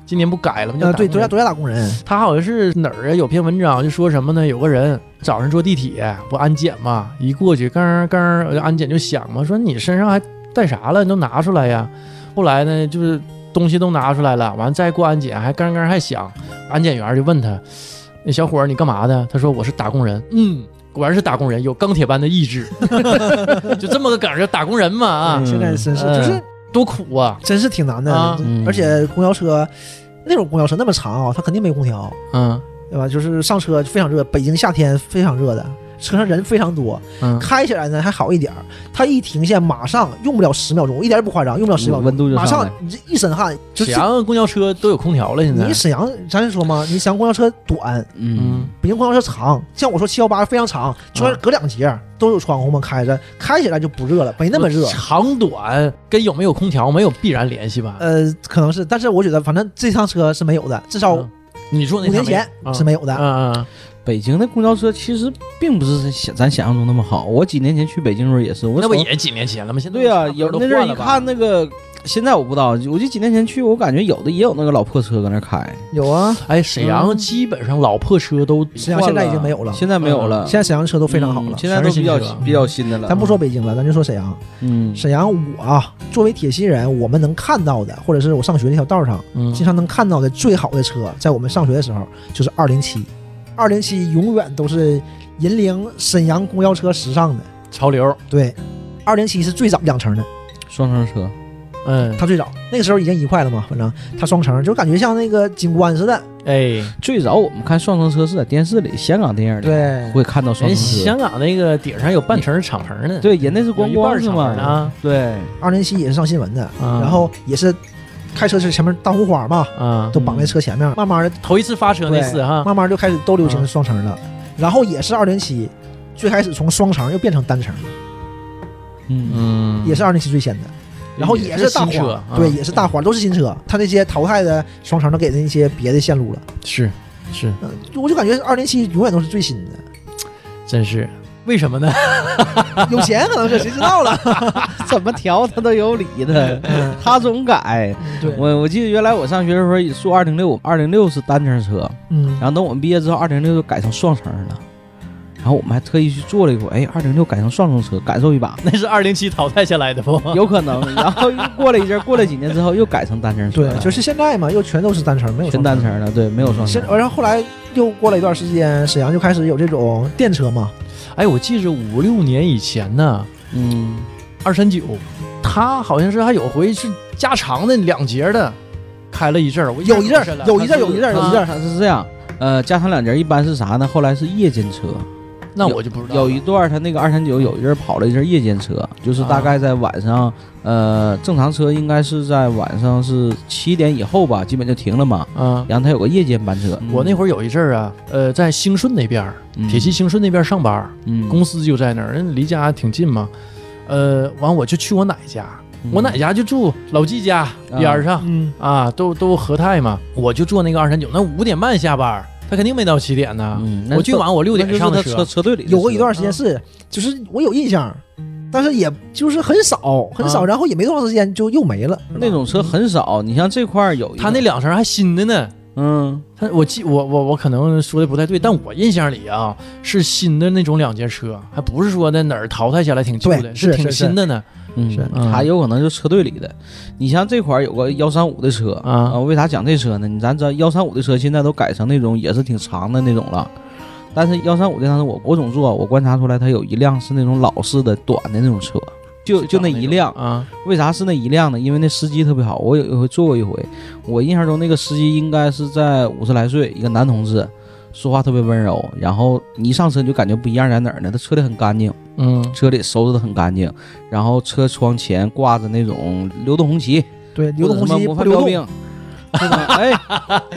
今年不改了吗？叫呃打对工独家人独家打工人，他好像是哪儿啊？有篇文章就说什么呢？有个人早上坐地铁不安检嘛，一过去，刚刚安检就响嘛，说你身上还带啥了？你都拿出来呀。后来呢，就是东西都拿出来了，完再过安检还刚刚还响，安检员就问他，那小伙儿你干嘛的？他说我是打工人。嗯，果然是打工人，有钢铁般的意志，就这么个梗儿，就打工人嘛啊嗯，现在真是嗯就是多苦啊，真是挺难的啊，嗯而且公交车那种公交车那么长啊，它肯定没空调，嗯对吧？就是上车非常热，北京夏天非常热的，车上人非常多，嗯，开起来呢还好一点儿，它一停下马上用不了十秒钟，我一点也不夸张，用不了十秒钟，温度就马上上来你这一身汗，就沈阳公交车都有空调了，现在你，沈阳，咱说嘛，你沈阳公交车短，嗯，北京公交车长，像我说七幺八非常长，中间隔两节儿都有窗户嘛，开着，开起来就不热了，没那么热。长短跟有没有空调没有必然联系吧？呃，可能是，但是我觉得反正这趟车是没有的，至少嗯你说五那年趟没前啊是没有的。嗯嗯北京的公交车其实并不是想咱想象中那么好。我几年前去北京的时候也是，我那不瞅也几年前了吗？现在对啊，都有都那阵儿换一了吧看那个，现在我不知道，我就几年前去，我感觉有的也有那个老破车搁那开，有啊，哎，沈嗯阳基本上老破车都实际上现在已经没有了。嗯现在没有了，现在沈阳车都非常好了嗯嗯，现在都比全较是新车比较新的了。咱不说北京了，咱就说沈阳。嗯，沈阳，我啊作为铁西人，我们能看到的，或者是我上学那条道上嗯经常能看到的最好的车，在我们上学的时候就是二零七，二零七永远都是引领沈阳公交车时尚的。潮流，对，二零七是最早两层的，双层车，嗯，它最早那个时候已经一块了嘛，反正它双层，就感觉像那个景观似的。哎，最早我们看双层车是在电视里，香港电影里对，哎会看到双人层车香，港那个顶上有半层敞篷呢，，对，人那是有光一光半是敞篷的吗？啊，对，二零七也是上新闻的，啊然后也是开车是前面大红花嘛，啊，都绑在车前面，慢慢的头一次发车那次哈，慢慢就开始都流行啊双层了，然后也是二零七，最开始从双层又变成单层，嗯，嗯也是二零七最先的，然后也是大新车花，，啊对，也是大花，都是新车。它那些淘汰的双层都给那些别的线路了，是是，嗯，我就感觉二零七永远都是最新 的，真是为什么呢？ 有钱可能是谁知道了，怎么调它都有理的， 嗯他总改。对，我我记得原来我上学的时候也坐二零六，二零六是单层车，嗯然后等我们毕业之后，二零六就改成双层了。然后我们还特意去坐了一回，哎，二零六改成双层车，感受一把，那是二零七淘汰下来的不？ 有可能。然后又过了一阵，过了几年之后又改成单层车对了，，就是现在嘛，又全都是单层，没有啊全双单。层了，对，没有双现层。然后后来又过了一段时间，沈阳就开始有这种电车嘛，哎，我记着五六年以前呢，嗯，二三九，他好像是还有回是加长的两节的，开了一啊阵儿，我有一阵儿有一阵儿有一阵儿有一阵儿，它是这样，呃，加长两节一般是啥呢？后来是夜间车，那我就不知道了有一段它那个二三九有一阵儿跑了一阵儿夜间车，就是大概在晚上，呃，正常车应该是在晚上呃是七点以后吧，基本就停了嘛。啊。然后它有个夜间班车，嗯我那会儿有一阵儿啊，呃，在兴顺那边儿，儿嗯铁西兴顺那边儿上班儿，嗯公司就在那儿，人离家挺近嘛。呃，完我就去我奶家，嗯我奶家就住老季家边儿上嗯，啊，都都和泰嘛，我就坐那个二三九，那五点半下班儿，他肯定没到七点呢。嗯，我最晚我六点上的的车，车队里有过一段时间是，就是我有印象，但是也就是很少很少，啊然后也没多长时间就又没了。那种车很少，你像这块儿有他那两层还新的呢。嗯他我记我我我可能说的不太对，但我印象里啊是新的那种两节车，还不是说那哪儿淘汰下来挺旧的，对是挺是新的呢。嗯，还有可能就车队里的。你像这块儿有个幺三五的车啊为啥讲这车呢？你咱知道幺三五的车现在都改成那种也是挺长的那种了。但是幺三五的当时我我总坐，我观察出来它有一辆是那种老式的短的那种车，就就那一辆，啊，为啥是那一辆呢？因为那司机特别好，我有一回坐过一回，我印象中那个司机应该是在五十来岁，一个男同志，说话特别温柔，然后你一上车你就感觉不一样在哪儿呢？他车里很干净，嗯车里收拾的很干净，然后车窗前挂着那种流动红旗，对，流动或者什红么旗模不范流标动，兵。这种 哎，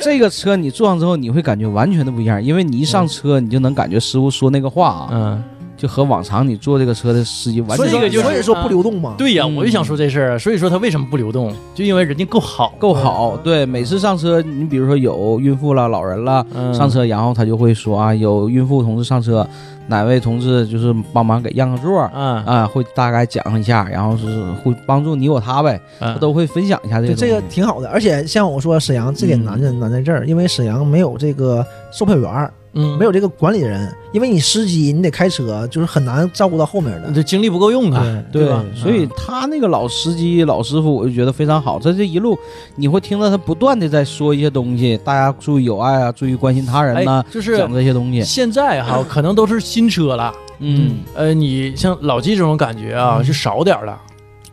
这个车你坐上之后，你会感觉完全的不一样，因为你一上车，你就能感觉师傅说那个话啊，嗯，就和往常你坐这个车的司机完所全以这不个就说一是样所以说不流动嘛。对呀，嗯我就想说这事儿，所以说他为什么不流动，就因为人家够好，够好。对，每次上车，你比如说有孕妇了、老人了嗯上车，然后他就会说啊，有孕妇同志上车，哪位同志就是帮忙给让个座儿啊，啊，会大概讲一下，然后是会帮助你我他呗，嗯都会分享一下这对，个这个东西挺好的，而且像我说沈阳这点难在难在这儿，因为沈阳没有这个售票员儿，嗯，没有这个管理人，因为你司机你得开车，就是很难照顾到后面你的。这精力不够用啊，对吧？所以他那个老司机、老师傅，我就觉得非常好。在这一路，你会听到他不断的在说一些东西，大家注意友爱啊，注意关心他人哎呐、，就是讲这些东西。现在哈，可能都是新车了。嗯，呃，你像老纪这种感觉嗯啊，是少点儿了。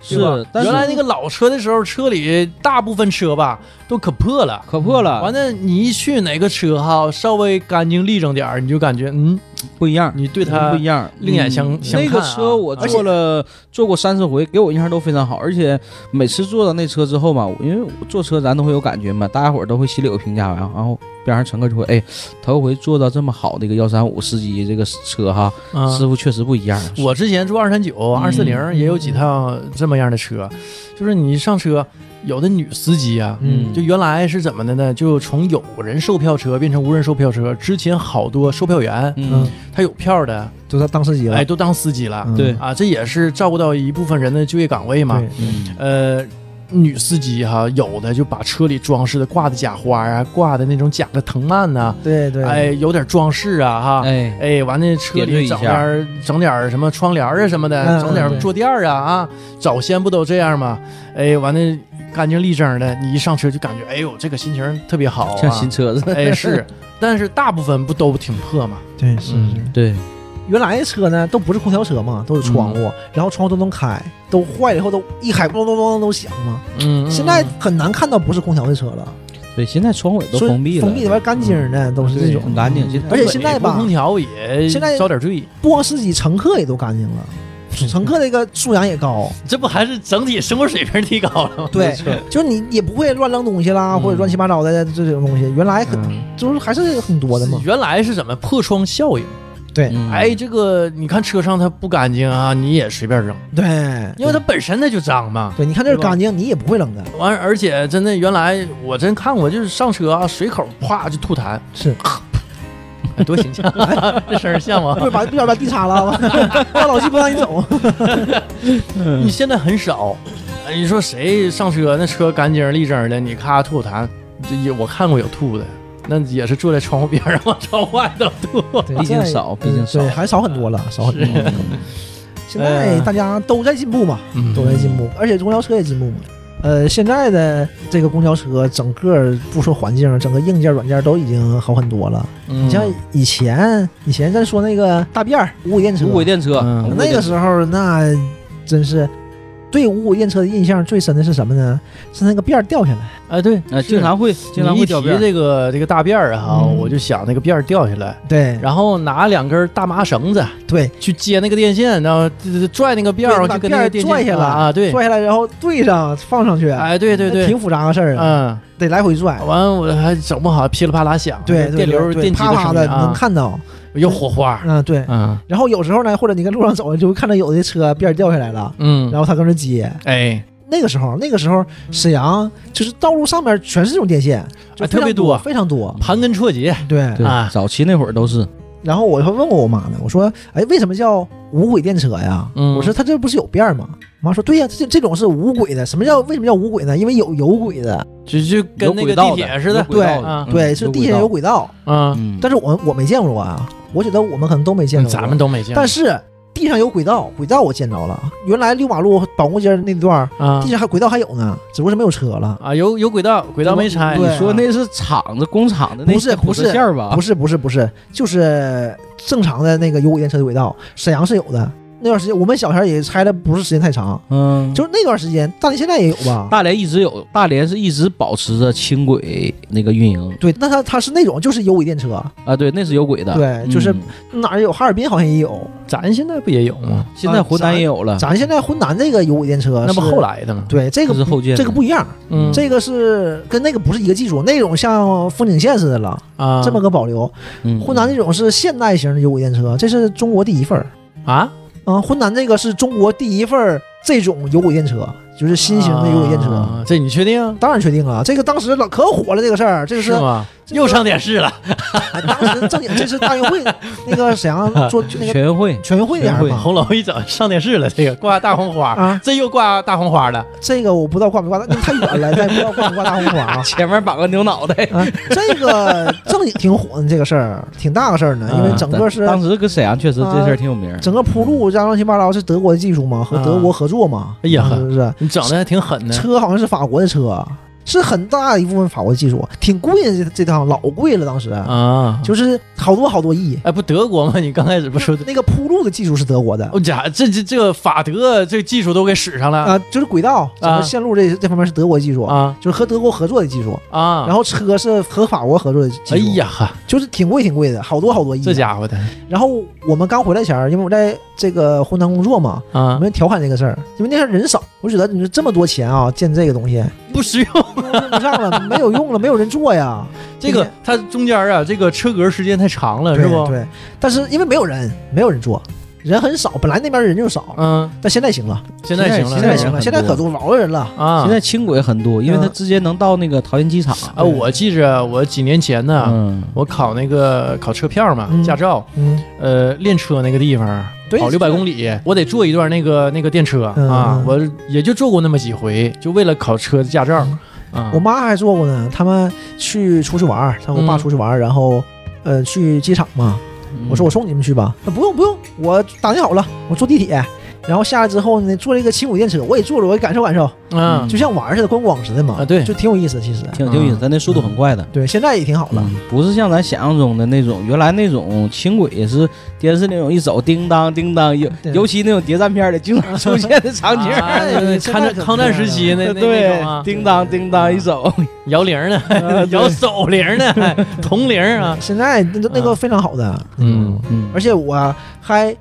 是对吧，但是原来那个老车的时候，车里大部分车吧都可破了。可破了，完了，你一去哪个车哈，稍微干净利整点儿，你就感觉嗯，不一样，你对不它一样。嗯另眼相相那看啊。个车我而且坐了坐过三四回，给我印象都非常好，而且每次坐到那车之后嘛，我因为我坐车咱都会有感觉嘛，大家伙儿都会心里有评价，然后然后边上乘客就会哎，头回坐到这么好的一个幺三五司机这个车哈，嗯师傅确实不一样。我之前住二三九、二四零也有几趟这么样的车，就是你上车，有的女司机啊，嗯就原来是怎么的呢？就从有人售票车变成无人售票车，之前好多售票员嗯，他有票的，就他当司机了。哎，都当司机了嗯对啊，这也是照顾到一部分人的就业岗位嘛。对嗯呃，女司机哈，有的就把车里装饰的挂的假花啊，挂的那种假的藤蔓呐、对对， 哎，有点装饰啊哈，哎，哎，完了车点缀里一下整点儿整点儿什么窗帘儿啊什么的，嗯整点儿坐垫儿啊啊，早先不都这样吗？哎，完了干净利整的，你一上车就感觉哎呦这个心情特别好像新啊，车子，哎 是，但是大部分不都挺破嘛？对是嗯是。对，原来的车呢都不是空调车嘛，都是窗嗯户，然后窗户都能开，都坏了以后都一开咚咚咚都响嘛。嗯，现在很难看到不是空调的车了，对，现在窗户也都所以闭了，封闭的完干净的嗯都是对这种。很干净。现在而且现在吧空调也嗯现在遭点罪，不光司机，乘客也都干净了，乘客这个素养也高，这不还是整体生活水平提高了吗？对，就是你也不会乱扔东西啦，嗯或者乱七八糟的这种东西。原来很嗯就是还是很多的嘛，原来是怎么破窗效应？对嗯哎，，这个你看车上它不干净啊，你也随便扔，对因为它本身它就脏嘛。对，你看这儿对吧干净，你也不会扔的，完，而且真的，原来我真看过，就是上车啊，随口啪就吐痰，是哎多形象，这声儿像不吗？是把不小心把地擦了吗？ 让老季不让你走， 你现在很少，哎你说谁上车那车干净利整的，你咔吐痰，这也我看过有吐的，那也是坐在窗户边上往窗外头吐。 对毕竟现在少嗯毕竟少对，还少很多了，少很多。嗯现在呃大家都在进步嘛，嗯都在进步，而且公交车也进步嘛。呃，现在的这个公交车整个不说环境，整个硬件、软件都已经好很多了。嗯你像以前，以前咱说那个大便儿无轨电车，无轨电车嗯，无轨那电个车时候那真是对无轨电车的印象最深的是什么呢？是那个便儿掉下来，哎对，呃是经常会经常你会一掉提边儿，这个这个大便儿哈，嗯我就想那个便儿掉下来，对然后拿两根大麻绳子对，去接那个电线，然后呃拽那个便对儿，把就跟那个辫儿电线拽下来啊，对，拽下来然后对上放上去，哎对对对，挺复杂个事儿啊，嗯，得来回拽。完了我还整不好，噼里啪啦响，对，对电流对电极啪啪声的音能啊，看到，有火花，嗯，对。嗯然后有时候呢，或者你跟路上走，就会看到有的车边儿掉下来了，嗯，然后他跟着接。哎，那个时候，那个时候沈阳就是道路上面全是这种电线，就啊非常特别多，多非常多。盘根错节，对，对啊，早期那会儿都是然后我还问过我妈呢，我说：“哎，为什么叫无轨电车呀？”嗯我说：“它这不是有辫儿吗？”我妈说：“对呀，这这种是无轨的。什么叫为什么叫无轨呢？因为有有轨的，就就有跟那轨个道地的铁似有的，轨道的啊嗯对，是有轨地下道有轨道。嗯，嗯但是我我没见过啊，我觉得我们可能都没见过。咱们都没见过，但是地上有轨道，轨道我见着了。原来六马路保公街那段儿，啊地上还轨道还有呢，只不过是没有车了。啊有有轨道，轨道没拆，对哎啊你说那是厂子工厂的那不是不是线儿吧？不是不是不是，就是正常的那个有轨电车的轨道，沈阳是有的。那段时间我们小前也拆的不是时间太长，嗯，就是那段时间，大连现在也有吧？大连一直有，大连是一直保持着轻轨那个运营对，那它它是那种就是有轨电车，啊，对，那是有轨的，对，就是嗯哪儿有，哈尔滨好像也有。咱现在不也有吗？现在湖南也有了，啊咱现在浑南这个有轨电车，那不后？来的吗？呃对，这这个是后建的这个不一样，嗯，这个是跟那个不是一个技术，那种像风景线似的了，啊这么个保留。嗯浑南那种是现代型的有轨电车，这是中国第一份儿。啊，嗯，浑南这个是中国第一份儿这种有轨电车，就是新型的有轨电车。啊，这你确定？当然确定啊，这个当时老可火了，这个事儿，这个是是吗？又上电视了，哎当时正经这是大运会那个沈阳做那个全运会全运会那样全运会嘛红楼一整上电视了，这个挂大红花，啊，这又挂大红花了，这个我不知道挂没挂，那太远了，咱也不知道挂没挂大红花啊。前面绑个牛脑袋，啊，这个正经挺火的，这个事儿挺大个事儿呢，因为嗯 整个是啊当时搁沈阳确实这事儿挺有名儿。整个铺路这样乱七八糟是德国的技术嘛，嗯和德国合作嘛，哎呀是不是？你整的还挺狠呢。车好像是法国的车，啊是很大一部分法国技术，啊挺贵的这这趟老贵了，当时啊，就是啊好多好多亿。哎，不德国吗？你刚开始不哦说的，那个铺路的技术是德国的我家这这这个法德这技术都给使上了啊，就是轨道整个线路这这方面是德国技术，啊就是和德国合作的技术。啊！然后车是和法国合作的技术，哎，呀哈，就是挺贵挺贵的，好多好多亿。啊这家伙的然后我们刚回来前儿，因为我在这个湖南工作嘛，我啊，们调侃这个事儿，因为那时候人少，我觉得你说这么多钱啊，建这个东西 不实用。用不上了，没有用了，没有人 做呀，这个它中间啊，这个车格时间太长了，啊是对不？对，但是因为没有人，没有人做，人很少，本来那边人就少，嗯，但现在行了，现在行了，现现在在行了，人现在可很多老多人了，啊现。在轻轨很多，因为它嗯直接能到那个桃园机场。啊，我记着我几年前啊呢，嗯，我考那个考车票嘛，嗯驾照，嗯，呃，练车那个地方，对跑六百公里，我得坐一段那个那个电车嗯啊嗯，我也就坐过那么几回，就为了考车的驾照啊。嗯我妈还做过呢，他们去出去玩儿，他跟我爸嗯出去玩儿，然后呃去机场嘛，我说我送你们去吧，啊那不用不用，我打听好了，我坐地铁。然后下来之后呢，坐这个轻轨电车，我也坐了，我也感受感受，嗯就像玩儿似的，观光似的嘛，啊对就挺有意思。其实，挺有意思，嗯它那速度很快的。对，现在也挺好了。嗯，不是像咱想象中的那种，原来那种轻轨也是电视那种一走叮当叮当，尤对尤其那种谍战片里经常出现的场景，啊那个现在抗可战不抗战一样时期那那那 对种啊，，叮当叮当一走，摇铃儿呢，啊对摇手铃儿呢，还铜铃儿啊，现在那那个非常好的，嗯嗯而且我还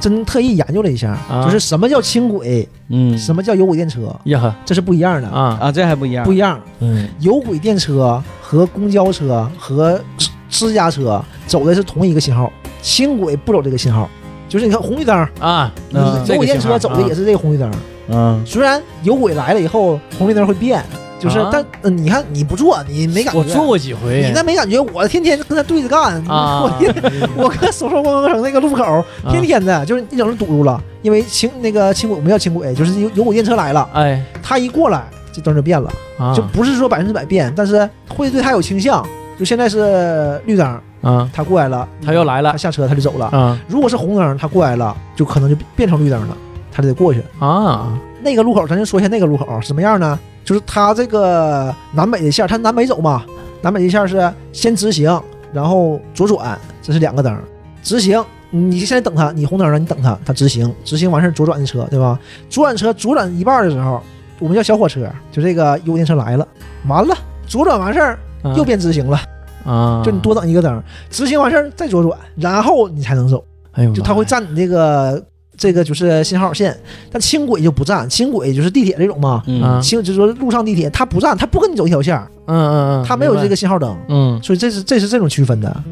真特意研究了一下，啊就是什么叫轻轨，嗯什么叫有轨电车，呀呵这是不一样的，啊，啊，这还不一样，不一样。嗯有轨电车和公交车和私私家车走的是同一个信号，轻轨不走这个信号。就是你看红绿灯，啊，嗯这有个轨电信号啊车走的也是这个红绿灯。嗯，虽然有轨来了以后，红绿灯会变，就是啊但呃你看你不坐，你没感觉。我坐过几回，你那没感觉，我天天跟他对着干，啊 我 天，我跟首创光城那个路口天天的，就是一整就堵住了，因为轻那个轻轨我们叫轻轨，就是有有轨电车来了，哎他一过来这灯就变了，啊就不是说百分之百变，但是会对他有倾向。就现在是绿灯，啊，他过来了，他又来他了下车他就走了；啊如果是红灯，他过来了，就可能就变成绿灯了，他就得过去。啊那个路口，咱就说一下那个路口啊什么样呢？就是它这个南北的线儿，它南北走嘛，南北的线儿是先直行，然后左转，这是两个灯儿。直行，你现在等它，你红灯了，你等它，它直行，直行完事儿左转的车，对吧？左转车左转一半儿的时候，我们叫小火车，就这个优电车来了，完了左转完事儿啊又变直行了，啊，就你多等一个灯儿，直行完事儿再左转，然后你才能走。哎呦妈呀，就它会占你这个这个就是信号线，但轻轨就不占，轻轨就是地铁这种嘛，啊嗯，轻就是说路上地铁它不占，它不跟你走一条线儿，嗯嗯嗯，它没有明白这个信号灯，嗯所以这是这是这种区分的，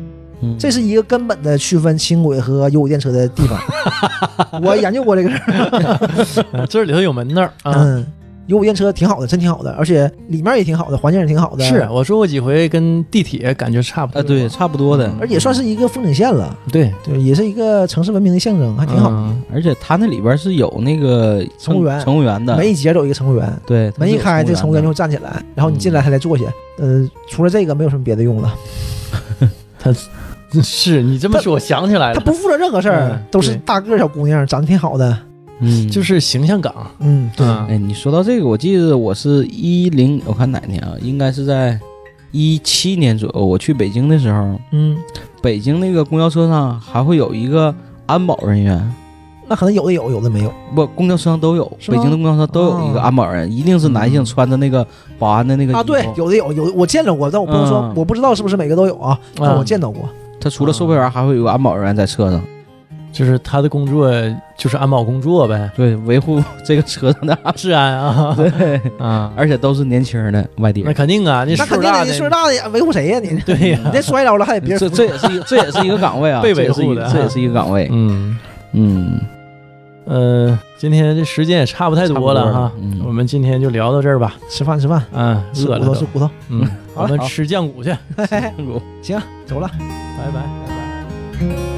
嗯这是一个根本的区分轻轨和有轨电车的地方。 我研究过这个事儿，呃这里头有门道儿啊。嗯，有轨电车挺好的，真挺好的，而且里面也挺好的，环境也挺好的，是，我坐过几回，跟地铁感觉差不多啊，对，差不多的，而且也算是一个风景线了，对，对，也是一个城市文明的象征，还挺好。嗯 而且它那里边是有那个乘务员乘务员的，每一节都有一个乘务员，对，它门是一有开，这乘务员的就会站起来，然后你进来还得坐下。呃，除了这个，没有什么别的用了。是你这么说，我想起来了，他不负责任何事儿哎嗯，都是对大个儿小姑娘，长得挺好的。嗯，就是形象港。嗯，对，嗯哎，你说到这个，我记得我是一零，我看哪年啊？应该是在一七年左右，我去北京的时候，嗯，北京那个公交车上还会有一个安保人员，那可能有的有，有的没有。不，公交车上都有，是北吗京的公交车都有一哦个安保人，一定是男性嗯穿着那个保安的那个啊，衣服对，有的有，有的我见着过，但我不能说嗯，我不知道是不是每个都有啊。但我见到过，他除了售票员，还会有个安保人员在车哦上，就是他的工作就是安保工作呗，对，维护这个车上的安治安 啊保，对，啊，而且都是年轻的外地那人。肯定啊，那那数肯定大得的你岁数大的维护谁呀？你你对呀，这摔着了还得别人 这这也是一这也是一个岗位啊，被这也是一维护的这也是一个岗位。嗯嗯，呃，今天这时间也差不太多了哈，嗯我们今天就聊到这儿吧。吃饭吃饭，嗯，吃骨饿了头吃都，骨头， 嗯，我好了们好 嗯吃酱骨去，嘿嘿嘿行，走了。拜拜。拜拜